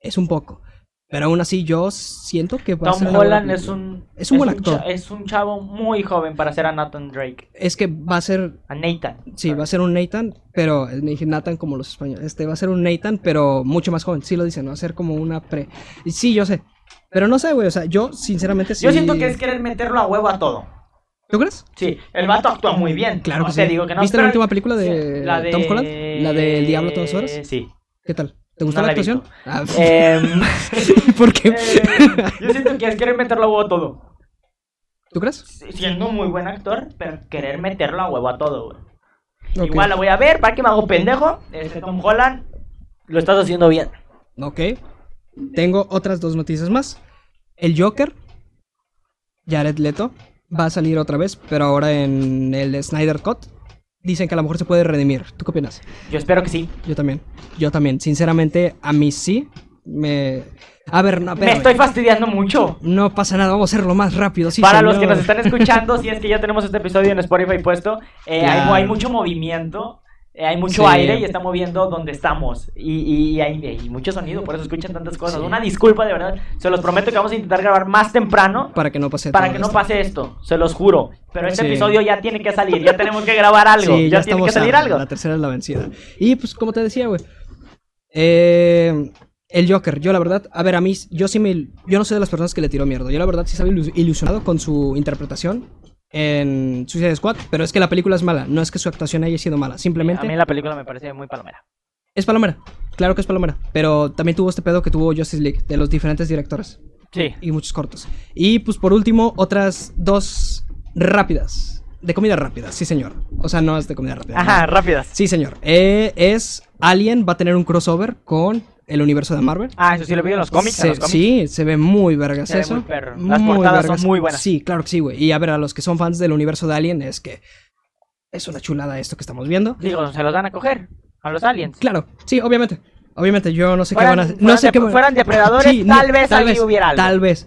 A: es un poco, pero aún así yo siento que va a ser
B: Tom
A: una buena
B: Holland es
A: película.
B: un.
A: Es un buen actor.
B: cha- Es un chavo muy joven para ser a Nathan Drake.
A: Es que va a ser,
B: A Nathan.
A: sí, va a ser un Nathan, pero me dije Nathan como los españoles, este va a ser un Nathan, pero mucho más joven, sí lo dicen, va a ser como una pre... y Sí, yo sé. Pero no sé, güey, o sea, yo sinceramente sí...
B: Yo siento que es querer meterlo a huevo a todo.
A: ¿Tú crees?
B: Sí, el vato actúa muy bien.
A: Claro
B: no
A: que
B: te
A: sí.
B: digo que no.
A: ¿Viste la
B: pero-
A: última película de,
B: Sí, la de-
A: Tom Holland? ¿La de El Diablo a todas horas?
B: Sí.
A: ¿Qué tal? ¿Te gustó
B: No
A: la,
B: la he
A: actuación? Ah,
B: Em,
A: [LAUGHS] ¿Por qué?
B: eh, yo siento que es querer meterlo a huevo a todo.
A: ¿Tú crees?
B: Siendo muy buen actor, pero querer meterlo a huevo a todo, güey.
A: Ok.
B: Igual la voy a ver, para que me hago pendejo. Este Tom Holland, lo estás haciendo bien.
A: Ok. Tengo otras dos noticias más. El Joker, Jared Leto, va a salir otra vez, pero ahora en el Snyder Cut. Dicen que a lo mejor se puede redimir. ¿Tú qué opinas?
B: Yo espero que sí.
A: Yo también. Yo también. Sinceramente, a mí sí. Me... A ver, no,
B: me
A: espérame.
B: estoy fastidiando mucho.
A: No pasa nada, vamos a hacerlo más rápido. Sí,
B: para los que
A: señor.
B: nos están escuchando, si es que ya tenemos este episodio en Spotify puesto, eh, hay-
A: Claro.
B: hay, mucho movimiento, eh, hay mucho
A: Sí.
B: aire y está moviendo donde estamos. Y, y- y hay, y mucho sonido, por eso escuchan tantas cosas.
A: Sí.
B: Una disculpa, de verdad. Se los prometo que vamos a intentar grabar más temprano
A: Para que no pase
B: para
A: todo
B: que no
A: esto.
B: pase esto, se los juro. Pero este
A: Sí.
B: episodio ya tiene que salir, ya tenemos que grabar algo,
A: Sí,
B: ya, tiene que
A: estamos
B: salir
A: a-
B: algo.
A: La tercera es la vencida. Y pues, como te decía, güey. eh, el Joker, yo la verdad, a ver, a mí, yo sí me. il- Yo no soy de las personas que le tiró mierda. Yo la verdad sí estaba ilu- ilusionado con su interpretación en Suicide Squad, pero es que la película es mala. No es que su actuación haya sido mala,
B: A
A: simplemente.
B: mí la película me parece muy palomera.
A: Es palomera, claro que es palomera. Pero también tuvo este pedo que tuvo Justice League, de los diferentes directores
B: Sí.
A: y muchos cortos. Y pues por último, otras dos rápidas. De comida rápida, sí señor. O sea, no es de comida rápida. no.
B: Ajá, rápidas.
A: Sí, señor. Eh, es Alien va a tener un crossover con el universo de Marvel.
B: Ah, eso sí lo vi en los cómics. en
A: Se-
B: los cómics.
A: Sí, se ve muy vergas
B: Se ve
A: eso.
B: muy perro. Las portadas son muy buenas.
A: Sí, claro que sí, güey. Y a ver, a los que son fans del universo de Alien, es que es una chulada esto que estamos viendo.
B: Digo, se los van a coger a los aliens.
A: Claro, sí, obviamente. Obviamente, yo no sé
B: Fueran-
A: qué van a
B: fueran
A: No sé
B: de-
A: qué van-
B: fueran depredadores,
A: no,
B: tal vez ahí hubiera algo.
A: Tal vez.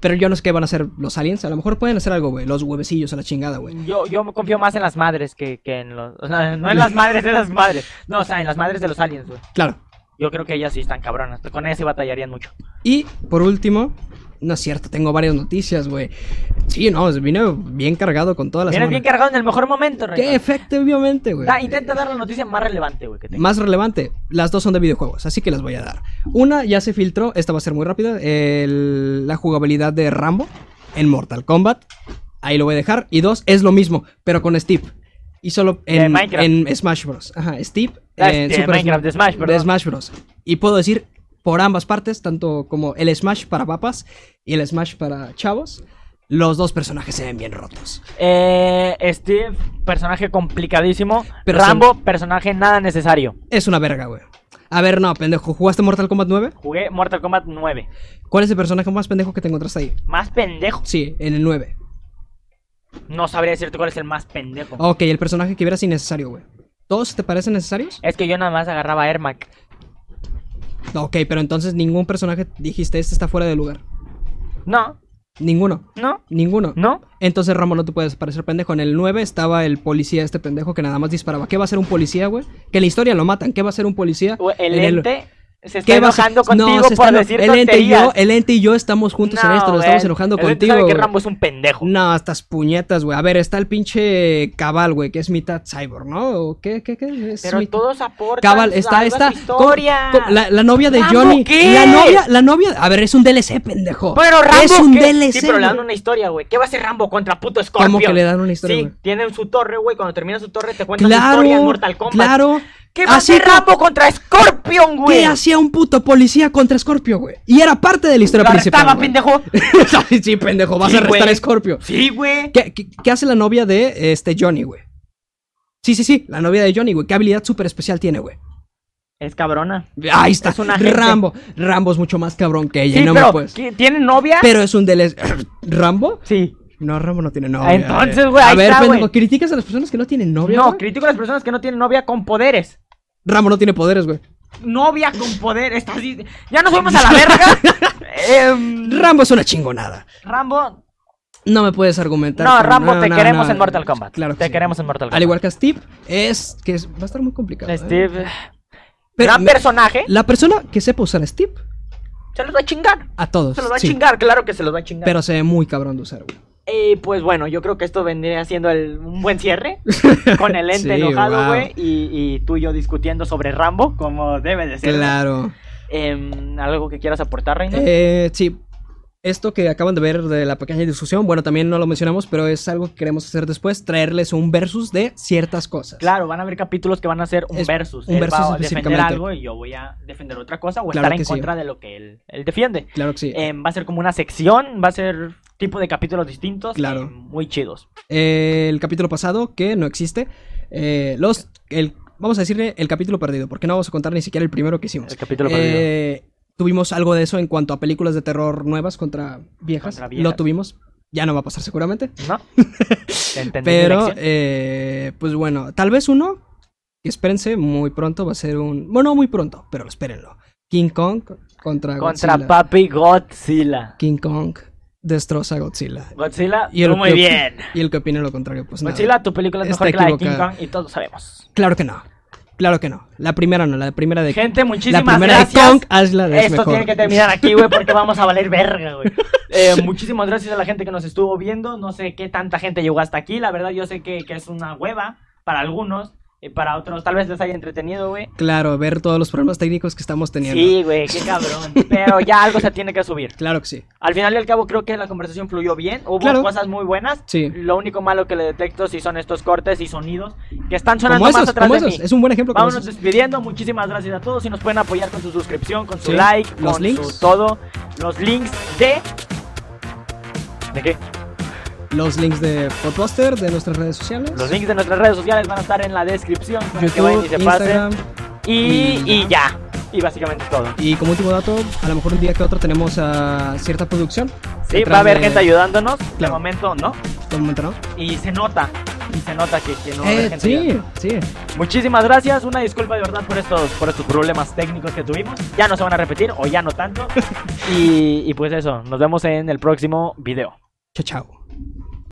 A: Pero yo no sé qué van a hacer los aliens. A lo mejor pueden hacer algo, güey. Los huevecillos a la chingada, güey.
B: Yo, yo me confío más en las madres que, que en los... o sea, no en las madres de las madres. No, o sea, en las madres de los aliens, güey.
A: Claro.
B: Yo creo que ellas sí están cabronas. Con ellas sí batallarían mucho.
A: Y por último, no es cierto, tengo varias noticias, güey. Sí, no, vine bien cargado con todas las.
B: Vienes bien cargado Ah, en el mejor momento,
A: Que
B: Rey.
A: efectivamente, güey.
B: Da- intenta dar la noticia más relevante, güey, que tengas.
A: Más relevante, las dos son de videojuegos, así que las voy a dar. Una ya se filtró, esta va a ser muy rápida, el- la jugabilidad de Rambo en Mortal Kombat. Ahí lo voy a dejar. Y dos, es lo mismo, pero con Steve. Y solo
B: De
A: en,
B: Minecraft.
A: en Smash Bros. Ajá, Steve
B: Ah,
A: en
B: de Minecraft, de Smash, perdón.
A: de Smash Bros. Y puedo decir por ambas partes, tanto como el Smash para papas y el Smash para chavos. Los dos personajes se ven bien rotos.
B: Eh, Steve, personaje complicadísimo.
A: Pero
B: Rambo, personaje nada necesario.
A: Es una verga, güey. A ver, no, pendejo. ¿Jugaste Mortal Kombat 9?
B: Jugué Mortal Kombat 9.
A: ¿Cuál es el personaje más pendejo que te encontraste ahí?
B: Más pendejo.
A: Sí, en el 9.
B: No sabría decirte cuál es el más pendejo.
A: Ok, el personaje que vieras innecesario, güey. ¿Todos te parecen necesarios?
B: Es que yo nada más agarraba a Ermac.
A: Ok, pero entonces ningún personaje dijiste, este está fuera de lugar.
B: No,
A: Ninguno,
B: no,
A: ninguno.
B: no.
A: Entonces, Rambo, no te puedes parecer pendejo. En el 9 estaba el policía, este pendejo que nada más disparaba. ¿Qué va a ser un policía, güey? Que en la historia lo matan. ¿Qué va a ser un policía?
B: Güey, El
A: En
B: ente se está
A: ¿Qué va a ser-
B: enojando
A: No,
B: contigo
A: se está
B: por
A: eno-
B: decir
A: el ente, y yo,
B: tonterías.
A: el ente y yo estamos juntos en esto,
B: No,
A: nos estamos
B: güey,
A: enojando
B: el ente
A: contigo.
B: sabe que
A: güey.
B: Rambo es un pendejo.
A: No, estas puñetas, güey. A ver, está el pinche Cabal, güey, que es mitad cyborg, ¿no? ¿O ¿Qué, qué, qué? Es
B: Pero
A: mitad-
B: todos aportan
A: Cabal, está
B: pues, algo a
A: esta.
B: su historia.
A: la, la novia de
B: ¿Rambo
A: Johnny.
B: qué?
A: La novia, la novia. A ver, es un DLC, pendejo.
B: Pero Rambo
A: es un
B: ¿qué?
A: DLC.
B: Sí, pero le dan
A: güey.
B: una historia, güey. ¿Qué va a hacer Rambo contra puto Scorpion?
A: que le dan una historia,
B: Sí,
A: güey?
B: tienen su torre, güey. Cuando termina su torre te cuentan su
A: Claro,
B: historia en Mortal Kombat.
A: claro.
B: ¿Qué va
A: Así
B: a hacer
A: como-
B: Rambo contra Scorpion, güey?
A: ¿Qué hacía un puto policía contra Scorpio, güey? Y era parte de la historia
B: Lo
A: principal.
B: arrestaba,
A: güey.
B: pendejo.
A: [LAUGHS] sí, sí, pendejo, vas
B: Sí,
A: a arrestar
B: güey.
A: a Scorpio.
B: Sí, güey.
A: ¿Qué, qué, qué hace la novia de este Johnny, güey? Sí, sí, sí, la novia de Johnny, güey. ¿Qué habilidad súper especial tiene, güey?
B: Es cabrona.
A: Ahí está.
B: Es un agente.
A: Rambo. Rambo es mucho más cabrón que ella,
B: Sí,
A: no me
B: pero
A: puedes.
B: ¿qué- ¿tiene novia?
A: Pero es un DLC. [LAUGHS] ¿Rambo?
B: Sí.
A: No, Rambo no tiene novia.
B: Entonces, güey, ahí
A: A ver,
B: está,
A: pendejo,
B: güey.
A: criticas a las personas que no tienen novia.
B: No,
A: güey?
B: critico a las personas que no tienen novia con poderes.
A: Rambo no tiene poderes, güey.
B: Novia con poder. Estás... di- Ya nos fuimos a la
A: [LAUGHS]
B: verga. Em,
A: Rambo es una chingonada.
B: Rambo.
A: No me puedes argumentar.
B: No,
A: con-
B: Rambo, te queremos en Mortal
A: es-
B: Kombat.
A: Claro que
B: Te
A: sí.
B: queremos en Mortal
A: Al
B: Kombat.
A: igual que a Steve, es que es- va a estar muy complicado. ¿eh?
B: Steve.
A: Pero
B: gran
A: me-
B: personaje.
A: La persona que sepa usar a Steve,
B: Se los va a chingar.
A: a todos.
B: Se los va a
A: sí,
B: chingar, claro que se los va a chingar.
A: Pero se ve muy cabrón de usar, güey.
B: Eh, pues bueno, yo creo que esto vendría siendo el- un buen cierre.
A: [LAUGHS]
B: Con el ente
A: Sí,
B: enojado,
A: wow.
B: güey. Y, y tú y yo discutiendo sobre Rambo, como debe de ser.
A: Claro.
B: Em, ¿Algo que quieras aportar, Reina?
A: Eh, sí. Esto que acaban de ver de la pequeña discusión, bueno, también no lo mencionamos, pero es algo que queremos hacer después, traerles un versus de ciertas cosas.
B: Claro, van a haber capítulos que van a ser un
A: Es-
B: versus.
A: un
B: él
A: versus
B: va a defender
A: específicamente.
B: algo y yo voy a defender otra cosa o
A: Claro
B: estar en
A: que sí.
B: contra de lo que él, él defiende.
A: Claro que sí.
B: Em, va a ser como una sección, va a ser tipo de capítulos distintos.
A: Claro.
B: em, muy chidos.
A: Eh, el capítulo pasado, que no existe. eh, los, el, vamos a decirle el capítulo perdido, porque no vamos a contar ni siquiera el primero que hicimos.
B: El capítulo perdido.
A: Eh, Tuvimos algo de eso en cuanto a películas de terror nuevas contra viejas.
B: Contra viejas.
A: Lo tuvimos. Ya no va a pasar seguramente.
B: ¿No?
A: [LAUGHS]
B: Entendí mi
A: Pero,
B: lección.
A: eh, pues bueno, tal vez uno, que espérense, muy pronto va a ser un... Bueno, no muy pronto, pero espérenlo. King Kong contra,
B: Contra
A: Godzilla.
B: Papi Godzilla.
A: King Kong destroza a Godzilla.
B: Godzilla,
A: Y el
B: tú muy
A: que-
B: bien.
A: Y el que opine lo contrario, pues nada.
B: [LAUGHS] Godzilla, tu película es
A: Está
B: mejor que la de King
A: equivocada.
B: Kong y todos lo sabemos.
A: Claro que no. Claro que no. La primera no, la primera de...
B: Gente,
A: la
B: muchísimas
A: primera
B: gracias.
A: de Kong, hazla de
B: Esto tiene que terminar aquí, güey,
A: [LAUGHS]
B: porque vamos a valer verga, güey. Eh, muchísimas gracias a la gente que nos estuvo viendo. No sé qué tanta gente llegó hasta aquí. La verdad, yo sé que, que es una hueva para algunos. Y para otros, tal vez les haya entretenido, güey.
A: Claro, ver todos los problemas técnicos que estamos teniendo.
B: Sí, güey, qué cabrón. Pero ya algo se tiene que subir.
A: Claro que sí.
B: Al final y al cabo, creo que la conversación fluyó bien. Hubo
A: Claro.
B: cosas muy buenas.
A: Sí.
B: Lo único malo que le detecto sí son estos cortes y sonidos que están sonando
A: Como
B: más
A: esos,
B: atrás
A: como
B: de
A: esos.
B: mí.
A: Es un buen ejemplo. como
B: Vámonos
A: esos.
B: despidiendo. Muchísimas gracias a todos. Y nos pueden apoyar con su suscripción, con su
A: Sí,
B: like,
A: los
B: con
A: links.
B: su todo. Los links de. ¿De qué?
A: Los links de Podbuster, de nuestras redes sociales.
B: Los links de nuestras redes sociales van a estar en la descripción para que vayan y
A: YouTube,
B: se pasen.
A: Instagram.
B: Y,
A: y
B: y ya. Y básicamente es todo.
A: Y como último dato, a lo mejor un día que otro tenemos a cierta producción.
B: Sí,
A: Detrás
B: va a haber
A: de-
B: gente ayudándonos. De
A: Claro.
B: momento, ¿no?
A: de momento, ¿no?
B: Y se nota. Y se nota que, que no va a haber
A: Eh,
B: gente ayudando.
A: sí, sí.
B: Muchísimas gracias, una disculpa de verdad por estos, por estos problemas técnicos que tuvimos. Ya no se van a repetir o ya no tanto. y, y pues eso, nos vemos en el próximo video.
A: Chao, chao.